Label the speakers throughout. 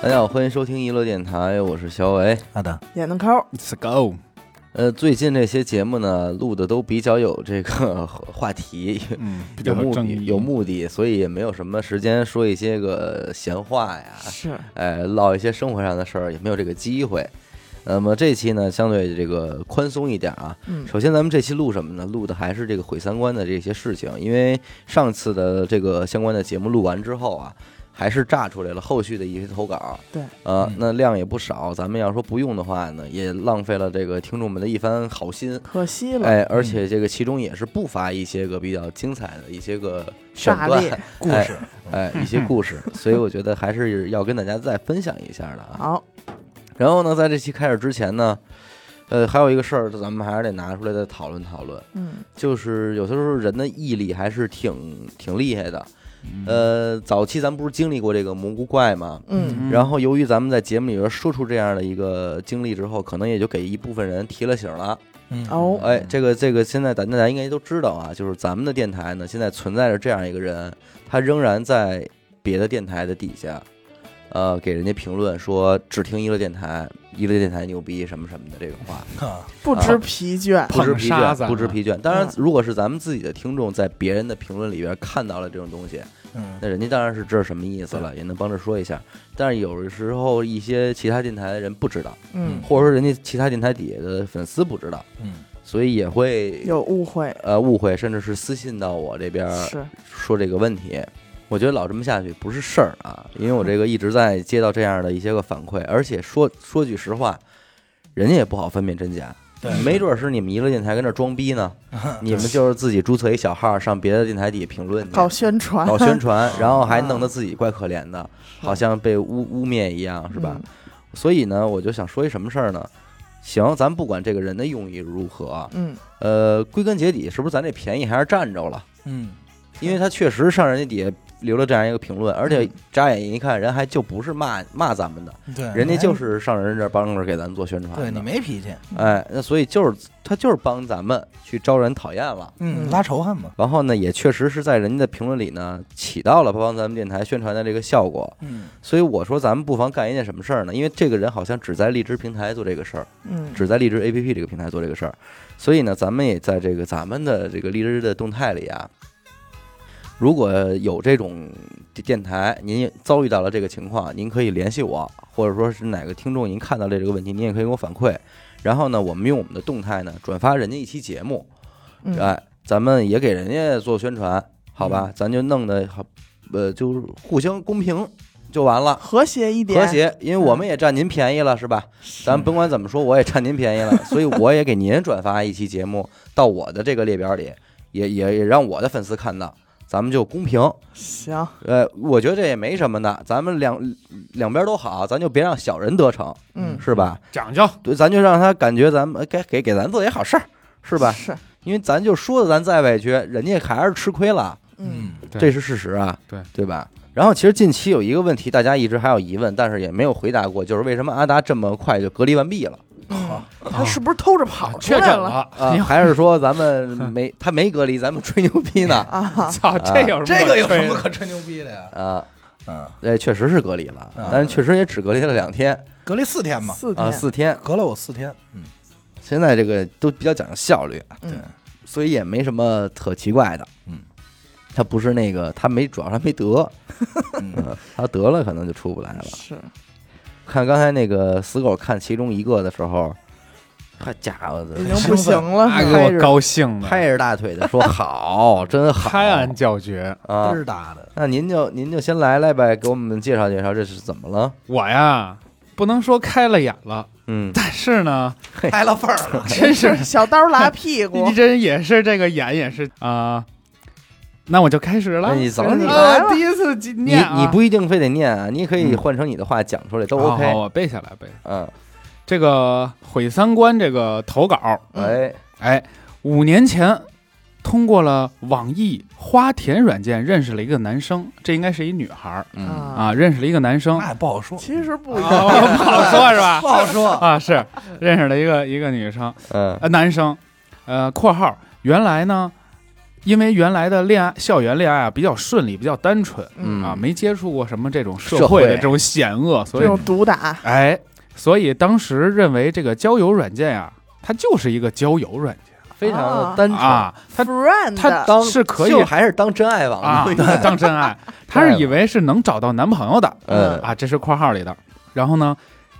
Speaker 1: 大家好，欢迎收听娱乐电台，我是小伟。
Speaker 2: 好的，
Speaker 3: 演的抠，
Speaker 4: Let's go！
Speaker 1: 呃，最近这些节目呢，录的都比较有这个 话题，
Speaker 4: 嗯，比较
Speaker 1: 有目
Speaker 4: 正
Speaker 1: 的，
Speaker 4: 义，
Speaker 1: 有目的，所以也没有什么时间说一些个 闲话呀，
Speaker 3: 是
Speaker 1: 哎，唠一些生活上的事儿，也没有这个机会。那么这期呢，相对这个宽松一点啊。
Speaker 3: 嗯
Speaker 1: 首先，咱们这期录什么呢？录的还是这个毁三观的这些事情，因为上次的这个相关的节目录完之后啊，还是炸出来了后续的一些投稿。
Speaker 3: 对，
Speaker 1: 呃，那量也不少，咱们要说不用的话呢，也浪费了这个听众们的一番好心。
Speaker 3: 可惜了，
Speaker 1: 哎，而且这个其中也是不乏一些个比较精彩的一些 个选
Speaker 3: 炸
Speaker 1: 段
Speaker 3: 裂，
Speaker 4: 嗯
Speaker 3: 嗯
Speaker 2: 故事
Speaker 1: 哎，一些 故事，所以我觉得还是要跟大家再分享一下的啊。
Speaker 3: 好，
Speaker 1: 然后呢，在这期开始之前呢，呃，还有一个事儿，咱们还是得拿出来再讨论讨论，
Speaker 3: 嗯，
Speaker 1: 就是有的时候人的毅力还是挺挺厉害的。呃，早期咱们不是经历过这个蘑菇怪吗？
Speaker 3: 嗯，
Speaker 1: 然后由于咱们在节目里边说出这样的一个经历之后，可能也就给一部分人提了醒了。
Speaker 2: 嗯
Speaker 3: 哦
Speaker 1: 哎，这个这个，现在咱大家应该都知道啊，就是咱们的电台呢，现在存在着这样一个人，他仍然在别的电台的底下，呃，给人家评论说只听娱乐电台，娱乐电台牛逼什么什么的这个话，
Speaker 2: 啊
Speaker 3: 不知疲倦，
Speaker 1: 不知疲
Speaker 4: 捧杀
Speaker 1: 倦，
Speaker 4: 咱
Speaker 1: 不知疲倦。当然
Speaker 3: 嗯，
Speaker 1: 如果是咱们自己的听众在别人的评论里边看到了这种东西，
Speaker 2: 嗯
Speaker 1: 那人家当然是知道什么意思了，也能帮着说一下。但是有的时候一些其他电台的人不知道，
Speaker 3: 嗯，
Speaker 1: 或者说人家其他电台底下的粉丝不知道，
Speaker 2: 嗯
Speaker 1: 所以也会
Speaker 3: 有误会，
Speaker 1: 呃误会，甚至是私信到我这边
Speaker 3: 是
Speaker 1: 说这个问题。我觉得老这么下去不是事儿啊，因为我这个一直在接到这样的一些个反馈，而且说说句实话，人家也不好分辨真假，
Speaker 2: 对
Speaker 1: 嗯没准是你们娱乐电台跟那儿装逼 呢，你们就是自己注册一小号上别的电台底下评论去
Speaker 3: 搞宣传，
Speaker 1: 搞宣 传，然后还
Speaker 2: 啊
Speaker 1: 弄得自己怪可怜的，好像被污污蔑一样，是
Speaker 2: 嗯
Speaker 1: 吧？所以呢，我就想说一什么事儿呢？行，咱不管这个人的用意如何，
Speaker 3: 嗯？
Speaker 1: 呃，归根结底，是不是咱这便宜还是占着了？
Speaker 2: 嗯
Speaker 1: 因为他确实上人家底下留了这样一个评论，而
Speaker 2: 嗯
Speaker 1: 且眨眼一看，人还就不是骂骂咱们的，
Speaker 2: 对，
Speaker 1: 人家就是上人这儿帮着给咱做宣传的。
Speaker 2: 哎对你没脾气，
Speaker 1: 哎，那所以就是他就是帮咱们去招人讨厌了。
Speaker 2: 嗯
Speaker 3: 嗯
Speaker 2: 拉仇恨嘛，
Speaker 1: 然后呢，也确实是在人家的评论里呢，起到了帮咱们电台宣传的这个效果。
Speaker 2: 嗯
Speaker 1: 所以我说，咱们不妨干一件什么事儿呢？因为这个人好像只在荔枝平台做这个事儿，
Speaker 3: 嗯嗯，
Speaker 1: 只在荔枝 APP 这个平台做这个事儿，所以呢，咱们也在这个咱们的这个荔枝的动态里啊，如果有这种电台，您也遭遇到了这个情况，您可以联系我，或者说是哪个听众您看到了这个问题，您也可以给我反馈。然后呢，我们用我们的动态呢转发人家一期节目，
Speaker 3: 嗯
Speaker 1: 哎，咱们也给人家做宣传，好吧？咱就弄得好，呃，就是互相公平就完了。
Speaker 3: 和谐一点，
Speaker 1: 和，谐，因为我们也占您便宜了，是吧？咱甭管怎么说，我也占您便宜了，所以我也给您转发一期节目到我的这个列表里，也也也让我的粉丝看到，咱们就公平。
Speaker 3: 行，
Speaker 1: 呃，我觉得这也没什么的，咱们两两边都好，咱就别让小人得逞，
Speaker 3: 嗯，
Speaker 1: 是吧？
Speaker 4: 讲究，
Speaker 1: 对，咱就让他感觉咱们该给给咱做点好事儿，是吧？
Speaker 3: 是，
Speaker 1: 因为咱就说的咱再委屈，人家还是吃亏了。
Speaker 3: 嗯，
Speaker 4: 对
Speaker 1: 这是事实啊，
Speaker 4: 对
Speaker 1: 对吧？然后其实近期有一个问题，大家一直还有疑问，但是也没有回答过，就是为什么阿达这么快就隔离完毕了
Speaker 3: 嗯他
Speaker 4: 啊
Speaker 3: 是不是偷着跑出
Speaker 4: 确
Speaker 3: 来
Speaker 4: 诊
Speaker 3: 了
Speaker 4: 了，
Speaker 1: 啊？还是说咱们没他没隔离，咱们吹牛逼呢？
Speaker 3: 啊？
Speaker 4: 操，这有什么？
Speaker 2: 这个有什么？可吹牛逼的呀？
Speaker 1: 啊，
Speaker 2: 嗯，
Speaker 1: 对，确实是隔离了
Speaker 2: 啊，
Speaker 1: 但是确实也只隔离了两天
Speaker 2: 隔离四天嘛，
Speaker 3: 四
Speaker 1: 啊，
Speaker 3: 天，
Speaker 1: 四天。
Speaker 2: 隔了我四天，嗯，
Speaker 1: 现在这个都比较讲究效率，
Speaker 3: 嗯，
Speaker 1: 所以也没什么特奇怪的。
Speaker 2: 嗯，
Speaker 1: 他不是那个，他没主要他没得，
Speaker 2: 嗯
Speaker 1: 他得了可能就出不来了。
Speaker 3: 是，
Speaker 1: 看刚才那个死狗看其中一个的时候，好家伙的，
Speaker 4: 哎
Speaker 3: 已经不行 了，
Speaker 4: 那
Speaker 3: 是
Speaker 4: 给
Speaker 3: 吧
Speaker 4: 我高兴 的，
Speaker 1: 拍着大腿的说 好，真好，
Speaker 4: 拍案叫绝。
Speaker 1: 啊
Speaker 2: 嘚！儿大的，
Speaker 1: 那您就您就先来来呗，给我们介绍介绍这是怎么了？
Speaker 4: 我呀，不能说开了眼了，
Speaker 1: 嗯，
Speaker 4: 但是呢，
Speaker 2: 开了缝儿了，
Speaker 4: 真 是
Speaker 3: 小刀拉屁股
Speaker 4: 一，真也是这个眼也是啊。那我就开始了。
Speaker 1: 那你怎么
Speaker 3: 你来了
Speaker 4: 啊？第一次今
Speaker 1: 你
Speaker 4: 念啊
Speaker 1: 你不一定非得念啊，你可以换成你的话讲出来，都
Speaker 4: 好
Speaker 1: OK
Speaker 4: 好。我背下来背。
Speaker 1: 嗯，
Speaker 4: 这个毁三观这个投稿，
Speaker 3: 嗯
Speaker 1: 哎，
Speaker 4: 哎，五年前通过了网易花田软件认识了一个男生，这应该是一女孩儿
Speaker 1: 嗯，
Speaker 4: 啊，认识了一个男生，
Speaker 2: 那也不好说，
Speaker 3: 其实不一样，
Speaker 4: 啊不好说是吧？
Speaker 2: 不好说，
Speaker 4: 啊，是认识了一个一个女生，
Speaker 1: 嗯
Speaker 4: 呃，男生，呃，括号原来呢，因为原来的恋爱校园恋爱啊比较顺利，比较单纯
Speaker 1: 嗯
Speaker 4: 啊，没接触过什么这种
Speaker 1: 社
Speaker 4: 社
Speaker 1: 会
Speaker 4: 会的这种险恶，所
Speaker 3: 这
Speaker 4: 以
Speaker 3: 种毒打，
Speaker 4: 哎，所以当时认为这个交友软件啊，它就是一个交友软件
Speaker 1: 非常的单纯。
Speaker 4: 啊，它
Speaker 3: friend，
Speaker 4: 它
Speaker 1: 当
Speaker 4: 是可以
Speaker 1: 就还是当真爱网
Speaker 4: 啊
Speaker 1: 的
Speaker 4: 当真爱，他是以为是能找到男朋友的
Speaker 1: 嗯
Speaker 4: 啊，这是括号里的。然后呢，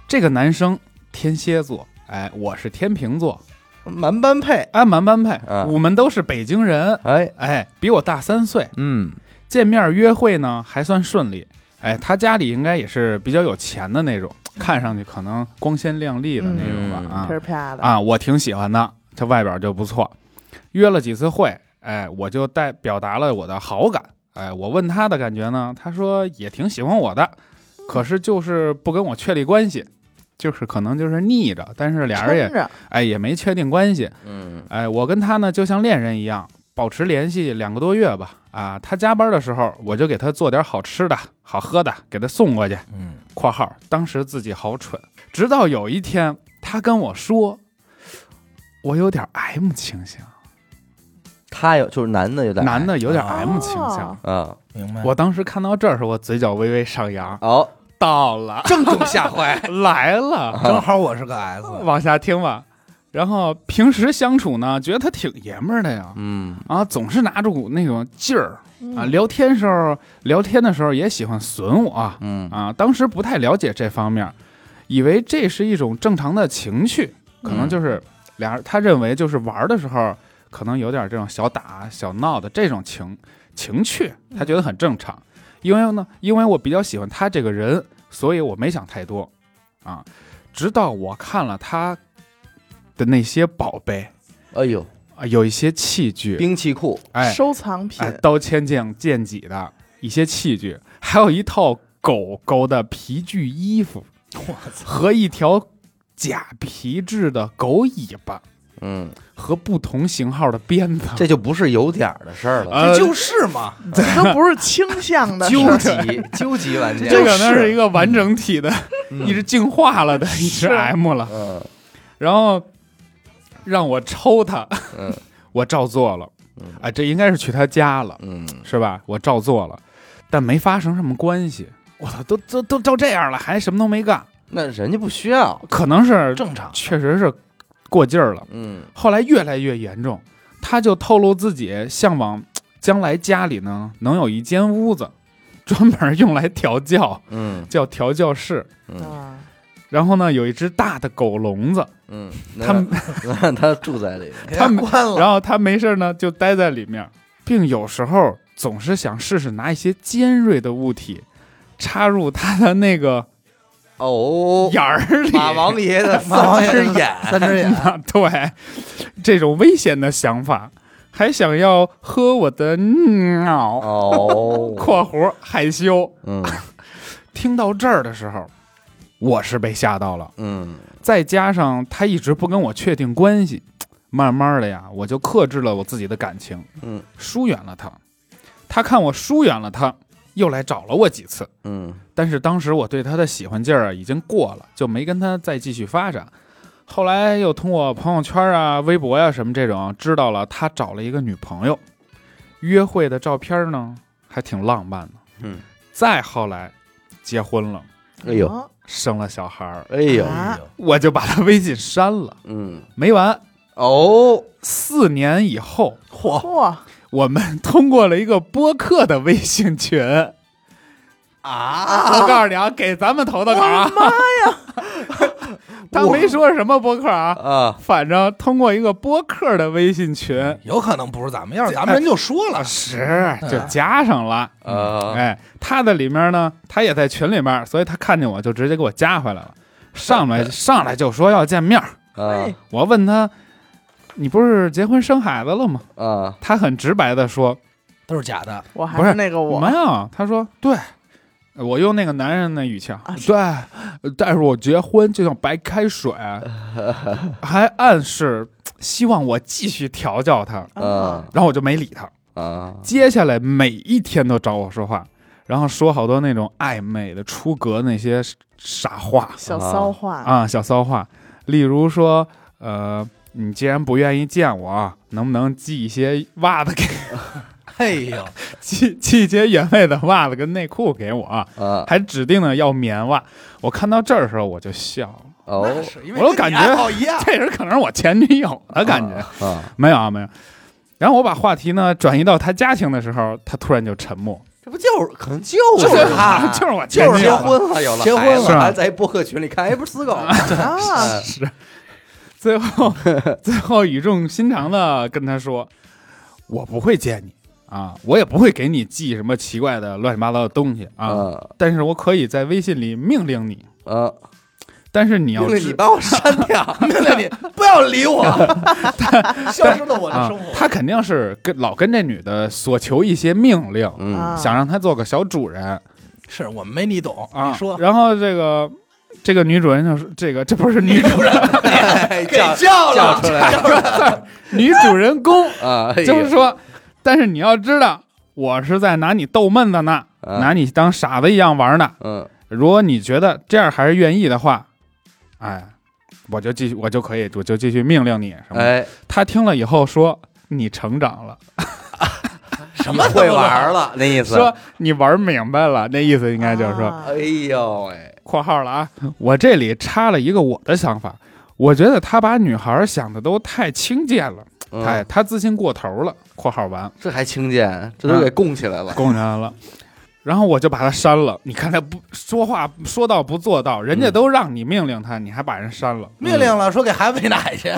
Speaker 4: 这个男生天蝎座，哎，我是天平座，
Speaker 1: 蛮般配。
Speaker 4: 安蛮般配
Speaker 1: 啊，
Speaker 4: 我们都是北京人，
Speaker 1: 哎，
Speaker 4: 哎，比我大三岁，
Speaker 1: 嗯
Speaker 4: 见面约会呢还算顺利。哎，他家里应该也是比较有钱的那种，看上去可能光鲜亮丽的那种吧
Speaker 1: 嗯
Speaker 4: 啊
Speaker 3: 噼。里啪的，
Speaker 4: 啊，我挺喜欢的，这外表就不错。约了几次会，哎，我就代表达了我的好感。哎，我问他的感觉呢，他说也挺喜欢我的，可是就是不跟我确立关系，就是可能就是腻着，但是俩人
Speaker 3: 撑
Speaker 4: 也
Speaker 3: 着，
Speaker 4: 哎也没确定关系。
Speaker 1: 嗯
Speaker 4: 哎，我跟他呢就像恋人一样，保持联系两个多月吧。啊，他加班的时候，我就给他做点好吃的、好喝的，给他送过去。
Speaker 2: 嗯，
Speaker 4: （括号当时自己好蠢）直到有一天，他跟我说，我有点 M 倾 向，
Speaker 1: 他有就是男的有点矮
Speaker 4: 男的有点
Speaker 2: 哦
Speaker 4: M 倾向。
Speaker 1: 啊，
Speaker 2: 明白。
Speaker 4: 我当时看到这儿时，候，我嘴角微微上扬，
Speaker 1: 哦，
Speaker 4: 到了，
Speaker 2: 正中下怀，
Speaker 4: 来了，
Speaker 2: 正好我是个 S，
Speaker 4: 往下听吧。然后平时相处呢，觉得他挺爷们儿的呀，
Speaker 1: 嗯
Speaker 4: 啊，总是拿着股那种劲儿啊。
Speaker 3: 嗯
Speaker 4: 聊天时候，聊天的时候也喜欢损我啊，
Speaker 1: 嗯
Speaker 4: 啊，当时不太了解这方面，以为这是一种正常的情绪，
Speaker 3: 嗯
Speaker 4: 可
Speaker 1: 嗯
Speaker 4: 能就是俩人他认为就是玩的时候可能有点这种小打小闹的这种情情趣，他觉得很正常。因为呢，因为我比较喜欢他这个人，所以我没想太多啊。直到我看了他的那些宝贝
Speaker 1: 哎呦，
Speaker 4: 啊，有一些器具，
Speaker 1: 兵器库，
Speaker 4: 哎
Speaker 3: 收藏品
Speaker 4: 哎，刀枪剑剑戟的一些器具，还有一套狗狗的皮具衣服。
Speaker 2: 我操，
Speaker 4: 和一条假皮质的狗尾巴
Speaker 1: 嗯，
Speaker 4: 和不同型号的鞭子，
Speaker 1: 这就不是有点儿的事儿了，
Speaker 4: 呃
Speaker 2: 这就是嘛，
Speaker 3: 这都不是倾向的事
Speaker 1: 纠
Speaker 3: 儿，
Speaker 1: 集纠集玩家，
Speaker 4: 这个呢是一个完整体的，
Speaker 1: 嗯
Speaker 4: 一只进化了的一只 M 了，
Speaker 1: 嗯
Speaker 4: 然后让我抽它，
Speaker 1: 嗯
Speaker 4: 我照做了
Speaker 1: 嗯。
Speaker 4: 啊，这应该是去他家了，
Speaker 1: 嗯，
Speaker 4: 是吧？我照做了，但没发生什么关系。我操，都都都照这样了，还什么都没干，
Speaker 1: 那人家不需要，
Speaker 4: 可能是
Speaker 2: 正常。
Speaker 4: 确实是过劲儿了。
Speaker 1: 嗯
Speaker 4: 后来越来越严重，他就透露自己向往将来家里呢能有一间屋子，专门用来调教，
Speaker 1: 嗯
Speaker 4: 叫调教室。
Speaker 1: 嗯
Speaker 3: 啊，
Speaker 4: 然后呢，有一只大的狗笼子，
Speaker 1: 嗯，
Speaker 4: 他们
Speaker 1: 那让他住在里面，
Speaker 2: 给它
Speaker 4: 他们
Speaker 1: 哦
Speaker 2: 关了，
Speaker 4: 然后他没事呢就待在里面，并有时候总是想试试拿一些尖锐的物体插入他的那个
Speaker 1: 哦，
Speaker 4: 眼儿里。
Speaker 1: 马王爷 的
Speaker 2: 马
Speaker 1: 三
Speaker 2: 王爷
Speaker 1: 只眼，
Speaker 2: 三只眼，
Speaker 4: 啊， 对，这种危险的想法，还想要喝我的尿
Speaker 1: 哦
Speaker 4: （括弧害羞）。
Speaker 1: 嗯
Speaker 4: 听到这儿的时候，我是被吓到了。
Speaker 1: 嗯
Speaker 4: 再加上他一直不跟我确定关系，慢慢的呀，我就克制了我自己的感情，
Speaker 1: 嗯，
Speaker 4: 疏远了他。他看我疏远了他，又来找了我几次。
Speaker 1: 嗯
Speaker 4: 但是当时我对他的喜欢劲儿啊已经过了，就没跟他再继续发展。后来又通过朋友圈啊、微博呀、什么这种知道了他找了一个女朋友，约会的照片呢还挺浪漫的。
Speaker 1: 嗯，
Speaker 4: 再后来结婚了，
Speaker 1: 哎呦
Speaker 3: 啊，
Speaker 4: 生了小孩儿，
Speaker 1: 哎呦，
Speaker 3: 啊
Speaker 4: 我就把他微信删了。
Speaker 1: 嗯
Speaker 4: 没完，
Speaker 1: 哦，
Speaker 4: 四年以后，嚯，
Speaker 3: 嚯，
Speaker 4: 我们通过了一个播客的微信群。
Speaker 2: 啊，
Speaker 4: 我告诉你啊，给咱们投投稿啊！妈呀， 他没说什么播客啊，
Speaker 1: 啊，
Speaker 4: 反正通过一个播客的微信群，
Speaker 2: 有可能不是咱们，要是
Speaker 4: 哎
Speaker 2: 咱们人就说
Speaker 4: 啊
Speaker 2: 了，
Speaker 4: 是就加上了。
Speaker 1: 啊
Speaker 4: 哎，他的里面呢，他也在群里面，所以他看见我就直接给我加回来了。上来上来就说要见面儿，
Speaker 1: 啊
Speaker 4: 我问他，你不是结婚生孩子了吗？
Speaker 1: 啊，
Speaker 4: 他很直白的说，
Speaker 2: 都是假的，
Speaker 3: 我还
Speaker 4: 不是
Speaker 3: 那个我
Speaker 4: 没有，他说对，我用那个男人的语气，啊、对，呃但是我结婚就像白开水，啊还暗示希望我继续调教他，
Speaker 3: 嗯
Speaker 1: 啊
Speaker 4: 然后我就没理他。
Speaker 1: 啊，
Speaker 4: 接下来每一天都找我说话，然后说好多那种暧昧的、出格那些傻话
Speaker 3: 小骚话，
Speaker 4: 啊啊、小骚话，例如说，呃，你既然不愿意见我，啊能不能寄一些袜子给
Speaker 2: 哎呦，
Speaker 4: 寄寄一些原味的袜子跟内裤给我？
Speaker 1: 啊
Speaker 4: 还指定呢要棉袜。我看到这儿的时候我就笑了，
Speaker 1: 哦
Speaker 2: 那，是因为
Speaker 4: 我
Speaker 2: 跟
Speaker 4: 都
Speaker 2: 你
Speaker 4: 感觉
Speaker 2: 爱好一样，
Speaker 4: 这人可能是我前女友的感觉。
Speaker 1: 啊，
Speaker 4: 没有啊，没有。然后我把话题呢转移到他家庭的时候，他突然就沉默。
Speaker 1: 这不就是可能就是
Speaker 2: 就是啊
Speaker 1: 他
Speaker 2: 他
Speaker 4: 就是我前
Speaker 1: 就是
Speaker 4: 女友
Speaker 1: 结
Speaker 4: 了
Speaker 1: 婚了，有了
Speaker 2: 结婚
Speaker 1: 孩子
Speaker 4: 了
Speaker 1: 还在播客群里看，哎，不是死狗吗？
Speaker 3: 啊，
Speaker 1: 哎
Speaker 4: 最后，最后语重心长的跟他说：“我不会见你啊，我也不会给你寄什么奇怪的乱七八糟的东西啊，
Speaker 1: 啊
Speaker 4: 但是我可以在微信里命令你，
Speaker 1: 啊，
Speaker 4: 但是你要
Speaker 1: 因为你
Speaker 4: 知
Speaker 1: 把我删掉，
Speaker 2: 命令你不要理 我，消失了我的
Speaker 4: 啊
Speaker 2: 生活，。
Speaker 4: 他肯定是跟老跟这女的索求一些命令，
Speaker 1: 嗯
Speaker 3: 啊
Speaker 4: 想让她做个小主人
Speaker 1: 啊
Speaker 2: 是我没你懂，
Speaker 4: 啊。
Speaker 2: 你说
Speaker 4: 然后这个这个女主人就说：“这个这不是 女主人，
Speaker 1: 哎
Speaker 2: 给
Speaker 1: 叫
Speaker 2: 叫
Speaker 1: 叫
Speaker 2: 了，
Speaker 1: 出 来
Speaker 4: 女主人公。”
Speaker 1: 啊，哎呦
Speaker 4: 就是说，但是你要知道，我是在拿你逗闷子呢，
Speaker 1: 啊
Speaker 4: 拿你当傻子一样玩呢。
Speaker 1: 嗯
Speaker 4: 如果你觉得这样还是愿意的话，哎，我就继续，我就可以，我就继续命令你什么的。
Speaker 1: 哎，
Speaker 4: 他听了以后说。你成长了，
Speaker 1: 什
Speaker 2: 么都
Speaker 1: 会玩了那意思？
Speaker 4: 说你玩明白了，那意思应该就是说，
Speaker 3: 啊
Speaker 1: 哎呦喂，
Speaker 4: （括号了啊） 我这里插了一个我的想法，我觉得他把女孩想的都太轻贱了，
Speaker 1: 嗯
Speaker 4: 太他自信过头了。（括号完）
Speaker 1: 这还轻贱，这都给供起 来了。
Speaker 4: 供上来了。然后我就把他删了。你看他不说话，说到不做到，人家都让你命令他，你还把人删了
Speaker 2: 命令了说给孩子喂奶 去，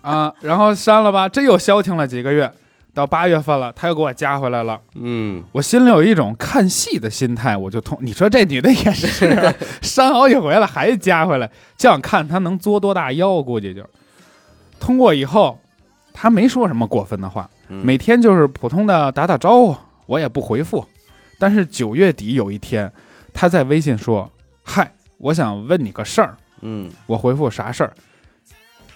Speaker 4: 啊？然后删了吧，这又消停了几个月，到八月份了，他又给我加回来了。
Speaker 1: 嗯，
Speaker 4: 我心里有一种看戏的心态，我就通。你说这女的也是 啊，删好几回了还加回来，就想看她能作多大妖，估计就通过以后，她没说什么过分的话，
Speaker 1: 嗯
Speaker 4: 每天就是普通的打打招呼，我也不回复。但是九月底有一天，她在微信说：“嗨，我想问你个事儿。”
Speaker 1: 嗯
Speaker 4: 我回复啥事儿，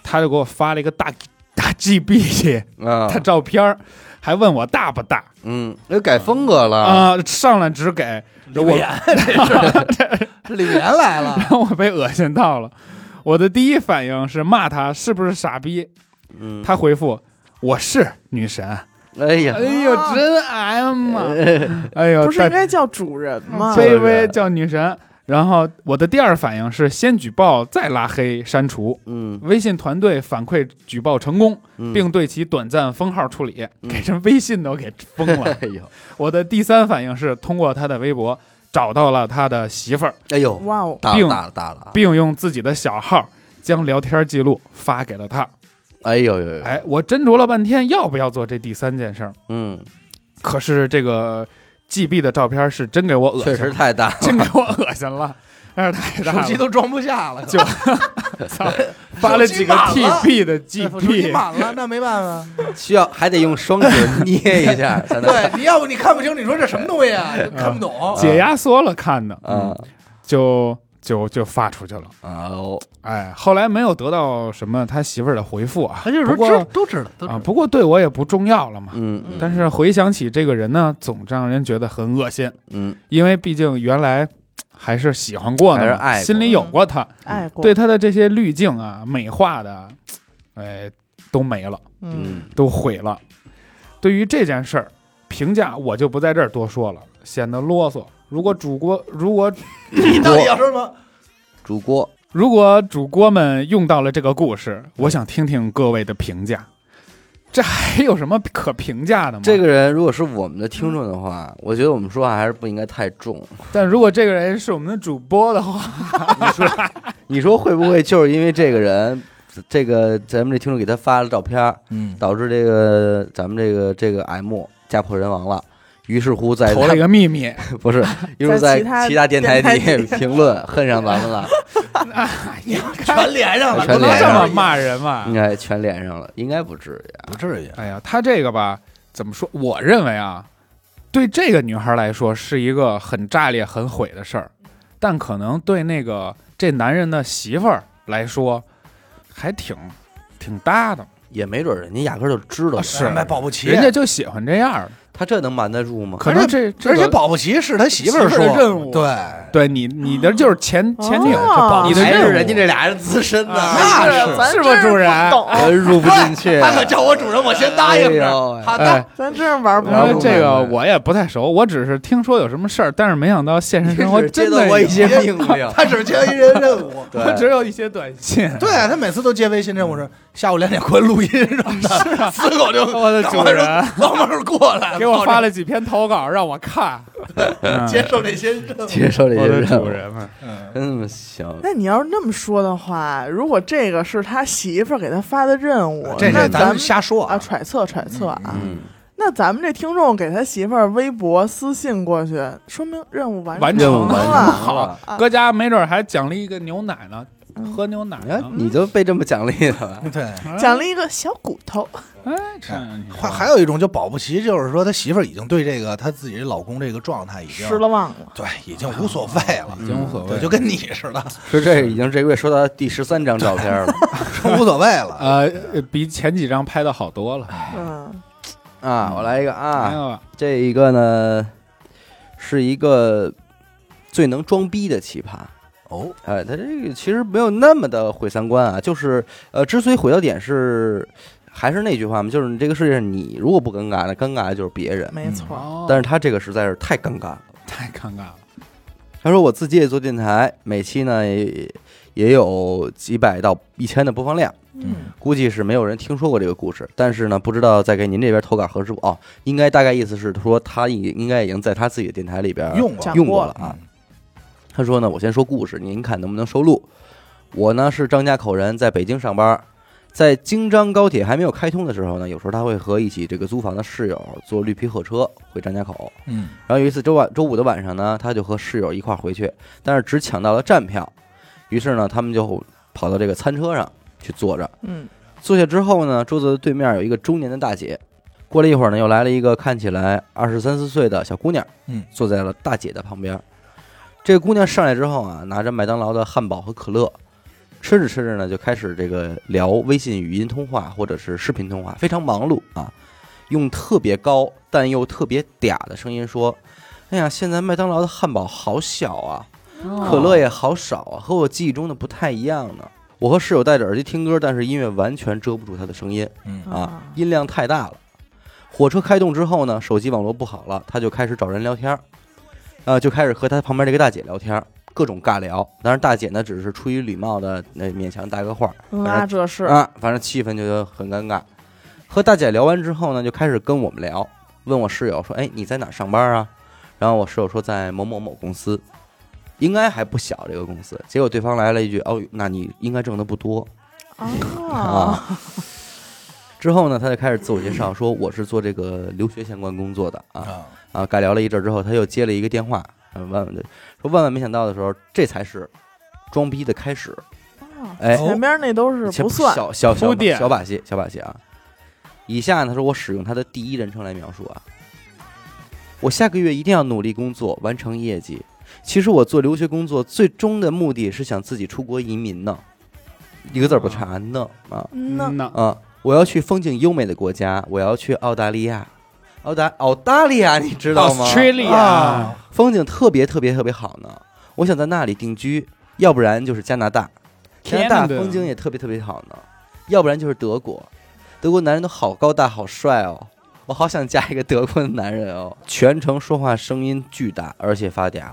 Speaker 4: 她就给我发了一个大大 GB 去
Speaker 1: 啊，
Speaker 4: 她照片儿，还问我大不大
Speaker 1: 嗯，又改风格了，
Speaker 4: 啊、上来只给。
Speaker 2: 李
Speaker 4: 我
Speaker 2: 岩这是李岩来 了，
Speaker 4: 让我被恶心到了。我的第一反应是骂他是不是傻逼，
Speaker 1: 嗯，
Speaker 4: 他回复我是女神。
Speaker 1: 哎呀
Speaker 4: 哎，呦，真 M 啊！哎呦，
Speaker 3: 啊不是
Speaker 4: 但
Speaker 3: 应该叫主人吗？
Speaker 1: 所以
Speaker 4: 卑微叫女神。然后我的第二反应是先举报，再拉黑删除。
Speaker 1: 嗯，
Speaker 4: 微信团队反馈举报成功，
Speaker 1: 嗯
Speaker 4: 并对其短暂封号处理，
Speaker 1: 嗯
Speaker 4: 给人微信都给封 了。
Speaker 1: 哎呦，
Speaker 4: 我的第三反应是通过他的微博找到了他的媳妇儿，
Speaker 1: 哎呦，
Speaker 3: 哇哦，
Speaker 1: 大
Speaker 4: 并
Speaker 1: 了大了大了啊，
Speaker 4: 并用自己的小号将聊天记录发给了他。
Speaker 1: 哎呦呦，呦，
Speaker 4: 哎，我斟酌了半天要不要做这第三件事儿，
Speaker 1: 嗯，
Speaker 4: 可是这个 GB 的照片是真给我恶心
Speaker 1: 确
Speaker 4: 了，
Speaker 1: 实太大，
Speaker 4: 真给我恶心了，但是太大
Speaker 2: 手
Speaker 4: 了
Speaker 2: 机，都装不下了，
Speaker 4: 就操发了几个
Speaker 2: 手机满了
Speaker 4: TB 的
Speaker 2: 手机
Speaker 4: GB，
Speaker 2: 满了，那没办 法。
Speaker 1: 需要还得用双指捏一下才能，
Speaker 2: 对，你要不你看不清，你说这什么东西啊？看不懂。
Speaker 4: 解压缩了看的，
Speaker 2: 嗯
Speaker 1: 啊
Speaker 4: 就就就发出去了。
Speaker 1: 啊哦，
Speaker 4: 哎，后来没有得到什么他媳妇儿的回复啊，
Speaker 2: 他就是
Speaker 4: 不
Speaker 2: 说知
Speaker 4: 过
Speaker 2: 都知道，都知
Speaker 4: 啊，
Speaker 2: 道。
Speaker 4: 不过对我也不重要了嘛。
Speaker 1: 嗯
Speaker 4: 但是回想起这个人呢，总让人觉得很恶心，
Speaker 1: 嗯
Speaker 4: 因为毕竟原来还是喜欢过呢
Speaker 1: 还是
Speaker 4: 嘛，
Speaker 1: 爱过
Speaker 4: 心里
Speaker 2: 嗯
Speaker 4: 有过他。
Speaker 3: 爱过，
Speaker 4: 对他的这些滤镜啊、美化的，哎，都没了，
Speaker 3: 嗯，
Speaker 1: 嗯
Speaker 4: 都毁了。对于这件事儿评价，我就不在这儿多说了，显得啰嗦。如果主播如果
Speaker 2: 你到底要说什么？
Speaker 1: 煮锅，
Speaker 4: 如果主播们用到了这个故事，我想听听各位的评价。这还有什么可评价的吗？
Speaker 1: 这个，人如果是我们的听众的话，我觉得我们说话还是不应该太重。
Speaker 4: 但如果这个人是我们的主播的话，
Speaker 1: 你说 会不会就是因为这个人，这个咱们这听众给他发了照片儿，
Speaker 2: 嗯，
Speaker 1: 导致这个咱们这个这个 M 家破人亡了？于是乎在
Speaker 4: 投了一个秘密，
Speaker 1: 不是，因为在
Speaker 3: 其 他
Speaker 1: 其他电台
Speaker 3: 电
Speaker 1: 里
Speaker 3: 台
Speaker 1: 评论恨上咱们了，
Speaker 2: 全连上了，
Speaker 1: 全
Speaker 4: 不能
Speaker 1: 脸
Speaker 4: 这
Speaker 1: 上
Speaker 4: 么骂人嘛
Speaker 1: 应？该全连上了，应该不至于啊。
Speaker 2: 不至于。
Speaker 4: 哎呀，他这个吧，怎么说？我认为啊，对这个女孩来说是一个很炸裂、很毁的事儿，但可能对那个这男人的媳妇儿来说，还挺挺搭的，
Speaker 1: 也没准人家压根儿就知道
Speaker 4: 啊
Speaker 1: 了，
Speaker 4: 是
Speaker 2: 买保不齐，
Speaker 4: 人家就喜欢这样儿的。
Speaker 1: 他这能瞒得住吗？
Speaker 4: 可能这这
Speaker 2: 哦而且
Speaker 4: 个
Speaker 2: 保不齐是他媳妇
Speaker 4: 媳
Speaker 2: 儿
Speaker 4: 妇儿
Speaker 2: 说
Speaker 4: 的任务啊
Speaker 2: 对，
Speaker 4: 对你你的就是前前女友
Speaker 3: 哦
Speaker 4: 保你的
Speaker 1: 还
Speaker 4: 任务
Speaker 1: 是人家这俩人资深的，
Speaker 4: 啊
Speaker 1: 哎
Speaker 2: 那
Speaker 3: 是咱
Speaker 4: 是
Speaker 3: 真
Speaker 4: 吧主人哎
Speaker 3: 不懂，
Speaker 1: 呃入不进 去。
Speaker 2: 他可叫我主人，我先答应着。
Speaker 1: 着
Speaker 2: 好
Speaker 4: 哎
Speaker 2: 的，，
Speaker 3: 咱真是玩不
Speaker 1: 然
Speaker 4: 然
Speaker 1: 后
Speaker 4: 后
Speaker 3: 懂。
Speaker 4: 这
Speaker 1: 慢
Speaker 4: 个
Speaker 1: 慢
Speaker 4: 我也不太熟，我只是听说有什么事儿，但是没想到现实生活
Speaker 1: 接
Speaker 4: 真
Speaker 1: 到
Speaker 4: 的
Speaker 1: 我一些
Speaker 4: 有
Speaker 1: 命令，。
Speaker 2: 他只接了一人任务
Speaker 1: 对
Speaker 4: 我只有一些短信。
Speaker 2: 对他每次都接微信任务是下午两点过来录音什么的，死狗就
Speaker 4: 我的主人
Speaker 2: 老妹儿过来，
Speaker 4: 给我发了几篇投稿让我看，嗯
Speaker 2: 接受这些任 务。
Speaker 1: 接受这
Speaker 4: 我
Speaker 1: 些
Speaker 4: 的
Speaker 1: 任
Speaker 4: 主
Speaker 1: 务，
Speaker 4: 人们，
Speaker 2: 嗯
Speaker 1: 嗯，行，
Speaker 3: 那你要是那么说的话，如果这个是他媳妇儿给他发的任务，
Speaker 2: 这
Speaker 3: 那
Speaker 2: 是咱
Speaker 3: 咱
Speaker 2: 们瞎说
Speaker 3: 啊，揣测揣测啊。
Speaker 1: 嗯，
Speaker 3: 那咱们这听众给他媳妇儿微博私信过去，说明任务完成
Speaker 4: 完
Speaker 1: 任
Speaker 4: 成
Speaker 1: 务完成
Speaker 3: 了
Speaker 4: 好
Speaker 1: 了，
Speaker 3: 啊
Speaker 4: 搁家没准还奖励一个牛奶呢，
Speaker 3: 嗯
Speaker 4: 喝牛奶
Speaker 1: 你
Speaker 4: 呢
Speaker 1: 看，你就被这么奖励了，
Speaker 2: 对，
Speaker 4: 嗯
Speaker 3: 奖励一个小骨头，
Speaker 4: 哎，真是
Speaker 2: 还还有一种就保不齐，就是说他媳妇儿已经对这个她自己老公这个状态已经
Speaker 3: 失了忘了。
Speaker 2: 对，已经无所谓了。
Speaker 4: 已经无所谓
Speaker 1: 嗯
Speaker 2: 对，
Speaker 4: 了，
Speaker 2: 就跟你似的，
Speaker 1: 说这已经这个月收到第十三张照片了
Speaker 2: 无所谓了。
Speaker 4: 呃比前几张拍的好多了。
Speaker 3: 嗯，
Speaker 1: 啊！我来一个
Speaker 4: 还
Speaker 1: 啊，
Speaker 4: 有
Speaker 1: 这一个呢是一个最能装逼的奇葩。
Speaker 2: 哦，
Speaker 1: 哎，他这个其实没有那么的毁三观啊，就是呃，之所以毁到点是，还是那句话嘛，就是你这个世界上你如果不尴尬，那尴尬的就是别人。
Speaker 3: 没错。
Speaker 4: 哦
Speaker 1: 啊但是他这个实在是太尴尬了。
Speaker 4: 太尴尬了，
Speaker 1: 他说我自己也做电台，每期呢也也有几百到一千的播放量，
Speaker 3: 嗯，
Speaker 1: 估计是没有人听说过这个故事。但是呢，不知道在给您这边投稿合适不？哦，应该大概意思是说他已应该已经在他自己的电台里边
Speaker 2: 用嗯过
Speaker 3: 讲
Speaker 1: 用过了
Speaker 3: 了
Speaker 1: 啊。他说呢，我先说故事，您看能不能收录？我呢是张家口人，在北京上班，在京张高铁还没有开通的时候呢，有时候他会和一起这个租房的室友坐绿皮火车回张家口。
Speaker 2: 嗯，
Speaker 1: 然后有一次周晚周五的晚上呢，他就和室友一块儿回去，但是只抢到了站票，于是呢，他们就跑到这个餐车上去坐着。
Speaker 3: 嗯，
Speaker 1: 坐下之后呢，桌子的对面有一个中年的大姐。过了一会儿呢，又来了一个看起来二十三四岁的小姑娘，
Speaker 2: 嗯，
Speaker 1: 坐在了大姐的旁边。这个姑娘上来之后啊，拿着麦当劳的汉堡和可乐，吃着吃着呢，就开始这个聊微信语音通话或者是视频通话，非常忙碌啊，用特别高但又特别嗲的声音说：“哎呀，现在麦当劳的汉堡好小啊，可乐也好少啊，和我记忆中的不太一样呢。我和室友戴着耳机听歌，但是音乐完全遮不住他的声音
Speaker 2: 嗯
Speaker 1: 啊，音量太大了。火车开动之后呢，手机网络不好了，他就开始找人聊天儿，呃，就开始和他旁边这个大姐聊天儿，各种尬聊。当然，大姐呢只是出于礼貌的那勉强搭个话儿，
Speaker 3: 嗯啊，这是
Speaker 1: 啊，反正气氛就很尴尬。和大姐聊完之后呢，就开始跟我们聊，问我室友说：“哎，你在哪儿上班啊？”然后我室友说在某某某公司，应该还不小这个公司。结果对方来了一句：“哦，那你应该挣的不多
Speaker 3: 啊，
Speaker 1: 啊。” 之后呢，他就开始自我介绍，说我是做这个留学相关工作的啊。
Speaker 2: 啊，
Speaker 1: 啊，尬聊了一阵儿之后，他又接了一个电话，嗯，万万说万万没想到的时候，这才是装逼的开始。哎，
Speaker 2: 哦
Speaker 3: 啊前边那都是
Speaker 1: 前
Speaker 3: 不算。
Speaker 1: 小小小
Speaker 4: 铺垫
Speaker 1: 小把戏，小把戏啊。以下呢，他说我使用他的第一人称来描述啊，我下个月一定要努力工作，完成业绩。其实我做留学工作最终的目的是想自己出国移民呢，一个字儿不差呢啊
Speaker 3: 嗯呐
Speaker 4: 嗯呐，
Speaker 1: 啊！我要去风景优美的国家，我要去澳大利亚，澳大澳大利亚，你知道吗？
Speaker 4: Australia，
Speaker 2: 啊
Speaker 1: 风景特别特别特别好呢，我想在那里定居，要不然就是加拿大，加拿大
Speaker 4: Canada
Speaker 1: 风景也特别特别好呢，要不然就是德国，德国男人都好高大好帅哦，我好想嫁一个德国的男人哦。全程说话声音巨大，而且发嗲，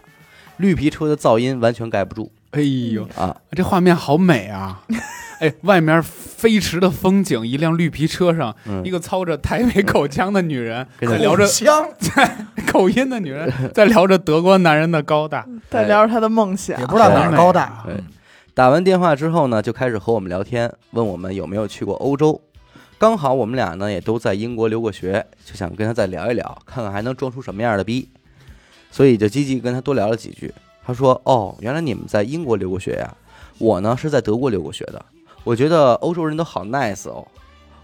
Speaker 1: 绿皮车的噪音完全盖不住
Speaker 4: 哎呦，
Speaker 1: 啊！
Speaker 4: 这画面好 美啊！哎，外面飞驰的风景，一辆绿皮车上，
Speaker 1: 嗯
Speaker 4: 一，个操着台北口腔的女人，
Speaker 1: 跟着
Speaker 4: 在聊着
Speaker 2: 香，
Speaker 4: 口音的女人，在聊着德国男人的 高大。啊
Speaker 3: 再聊着他的梦想
Speaker 2: 也，不知道哪儿高大。
Speaker 1: 对打完电话之后呢，就开始和我们聊天，问我们有没有去过欧洲。刚好我们俩呢也都在英国留过学，就想跟他再聊一聊，看看还能装出什么样的逼，所以就积极跟他多聊了几句。他说：“哦，原来你们在英国留过学呀、我呢是在德国留过学的。我觉得欧洲人都好 nice 哦。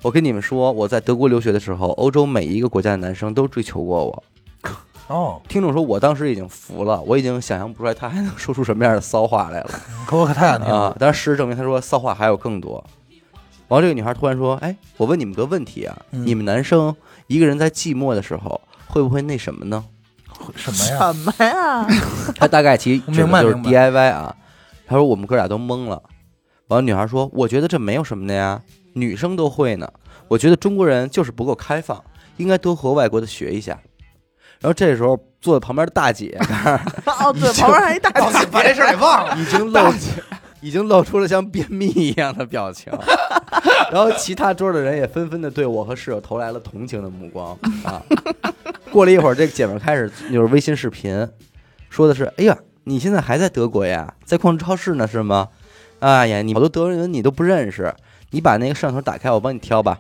Speaker 1: 我跟你们说，我在德国留学的时候，欧洲每一个国家的男生都追求过我。
Speaker 2: 哦，
Speaker 1: 听众说，我当时已经服了，我已经想象不出来他还能说出什么样的骚话来了。”
Speaker 2: 可我可太想听
Speaker 1: 啊
Speaker 2: 了。！
Speaker 1: 但是事实证明，他说骚话还有更多。然后这个女孩突然说：“哎，我问你们个问题啊，
Speaker 2: 嗯
Speaker 1: 你们男生一个人在寂寞的时候，会不会那什么呢？
Speaker 2: 什么 呀？
Speaker 3: 什么呀？
Speaker 1: 他大概其指
Speaker 2: 明白
Speaker 1: 的就是
Speaker 2: 明白
Speaker 1: DIY 啊。他说我们哥俩都懵了，完了女孩说，我觉得这没有什么的呀，女生都会呢。我觉得中国人就是不够开放，应该多和外国的学一下。然后这时候坐在旁边的大姐
Speaker 3: 哦，对，旁边还一大
Speaker 2: 大姐哎把这事儿给忘了。
Speaker 1: 已经露已经露出了像便秘一样的表情， 然后其他桌的人也纷纷的对我和室友投来了同情的目光啊。过了一会儿，这个姐们儿开始就是微信视频，说的是：“哎呀，你现在还在德国呀，在逛超市呢是吗？哎呀，你好多德文你都不认识，你把那个摄像头打开，我帮你挑吧。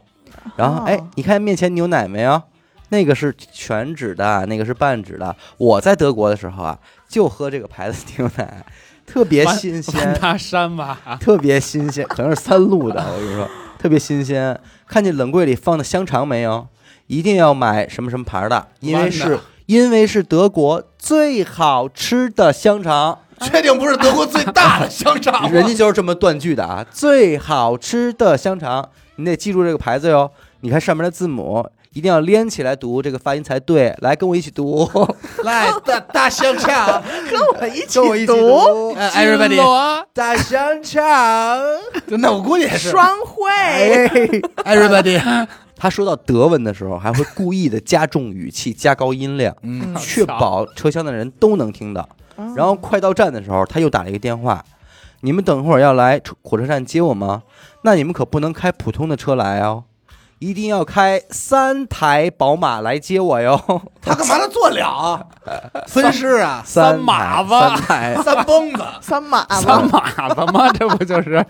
Speaker 1: 然后哎
Speaker 3: 哦，
Speaker 1: 你看面前牛奶没有？那个是全脂的，那个是半脂的。我在德国的时候啊，就喝这个牌子牛奶，特别
Speaker 4: 完
Speaker 1: 新鲜
Speaker 4: 完。他山吧，
Speaker 1: 特别新鲜，可能是三鹿的，我跟 你说，特别新鲜。看见冷柜里放的香肠没有？一定要买什么什么牌儿的，因为
Speaker 4: 弯
Speaker 1: 是
Speaker 4: 的
Speaker 1: 因为是德国最好吃的香肠，
Speaker 2: 确定不是德国最大的香肠吗？
Speaker 1: 人家就是这么断句的啊，最好吃的香肠，你得记住这个牌子哟。你看上面的字母一定要连起来读，这个发音才对。来，跟我一起读，
Speaker 2: 来大大香肠
Speaker 3: 跟我一
Speaker 1: 跟我一
Speaker 3: 起
Speaker 1: 起读，
Speaker 2: 呃，everybody，
Speaker 4: 哎
Speaker 1: 大香肠。
Speaker 2: 那我估计也是
Speaker 3: 双汇，
Speaker 1: 哎
Speaker 2: everybody，
Speaker 1: 他说到德文的时候，还会故意的加重语气、加高音量，
Speaker 2: 嗯，
Speaker 1: 确保车厢的人都能听到。
Speaker 3: 嗯
Speaker 1: 然后快到站的时候，他又打了一个电话：“你们等会儿要来车火车站接我吗？那你们可不能开普通的车来哦，一定要开三台宝马来接我哟。
Speaker 2: 他干嘛能做了 啊？分尸啊，
Speaker 1: 三
Speaker 4: 三马
Speaker 1: 台
Speaker 4: 吧
Speaker 1: 三台，
Speaker 2: 三 蹦子，
Speaker 3: 三马
Speaker 4: 三
Speaker 3: 吧，
Speaker 4: 马子吗？这不就是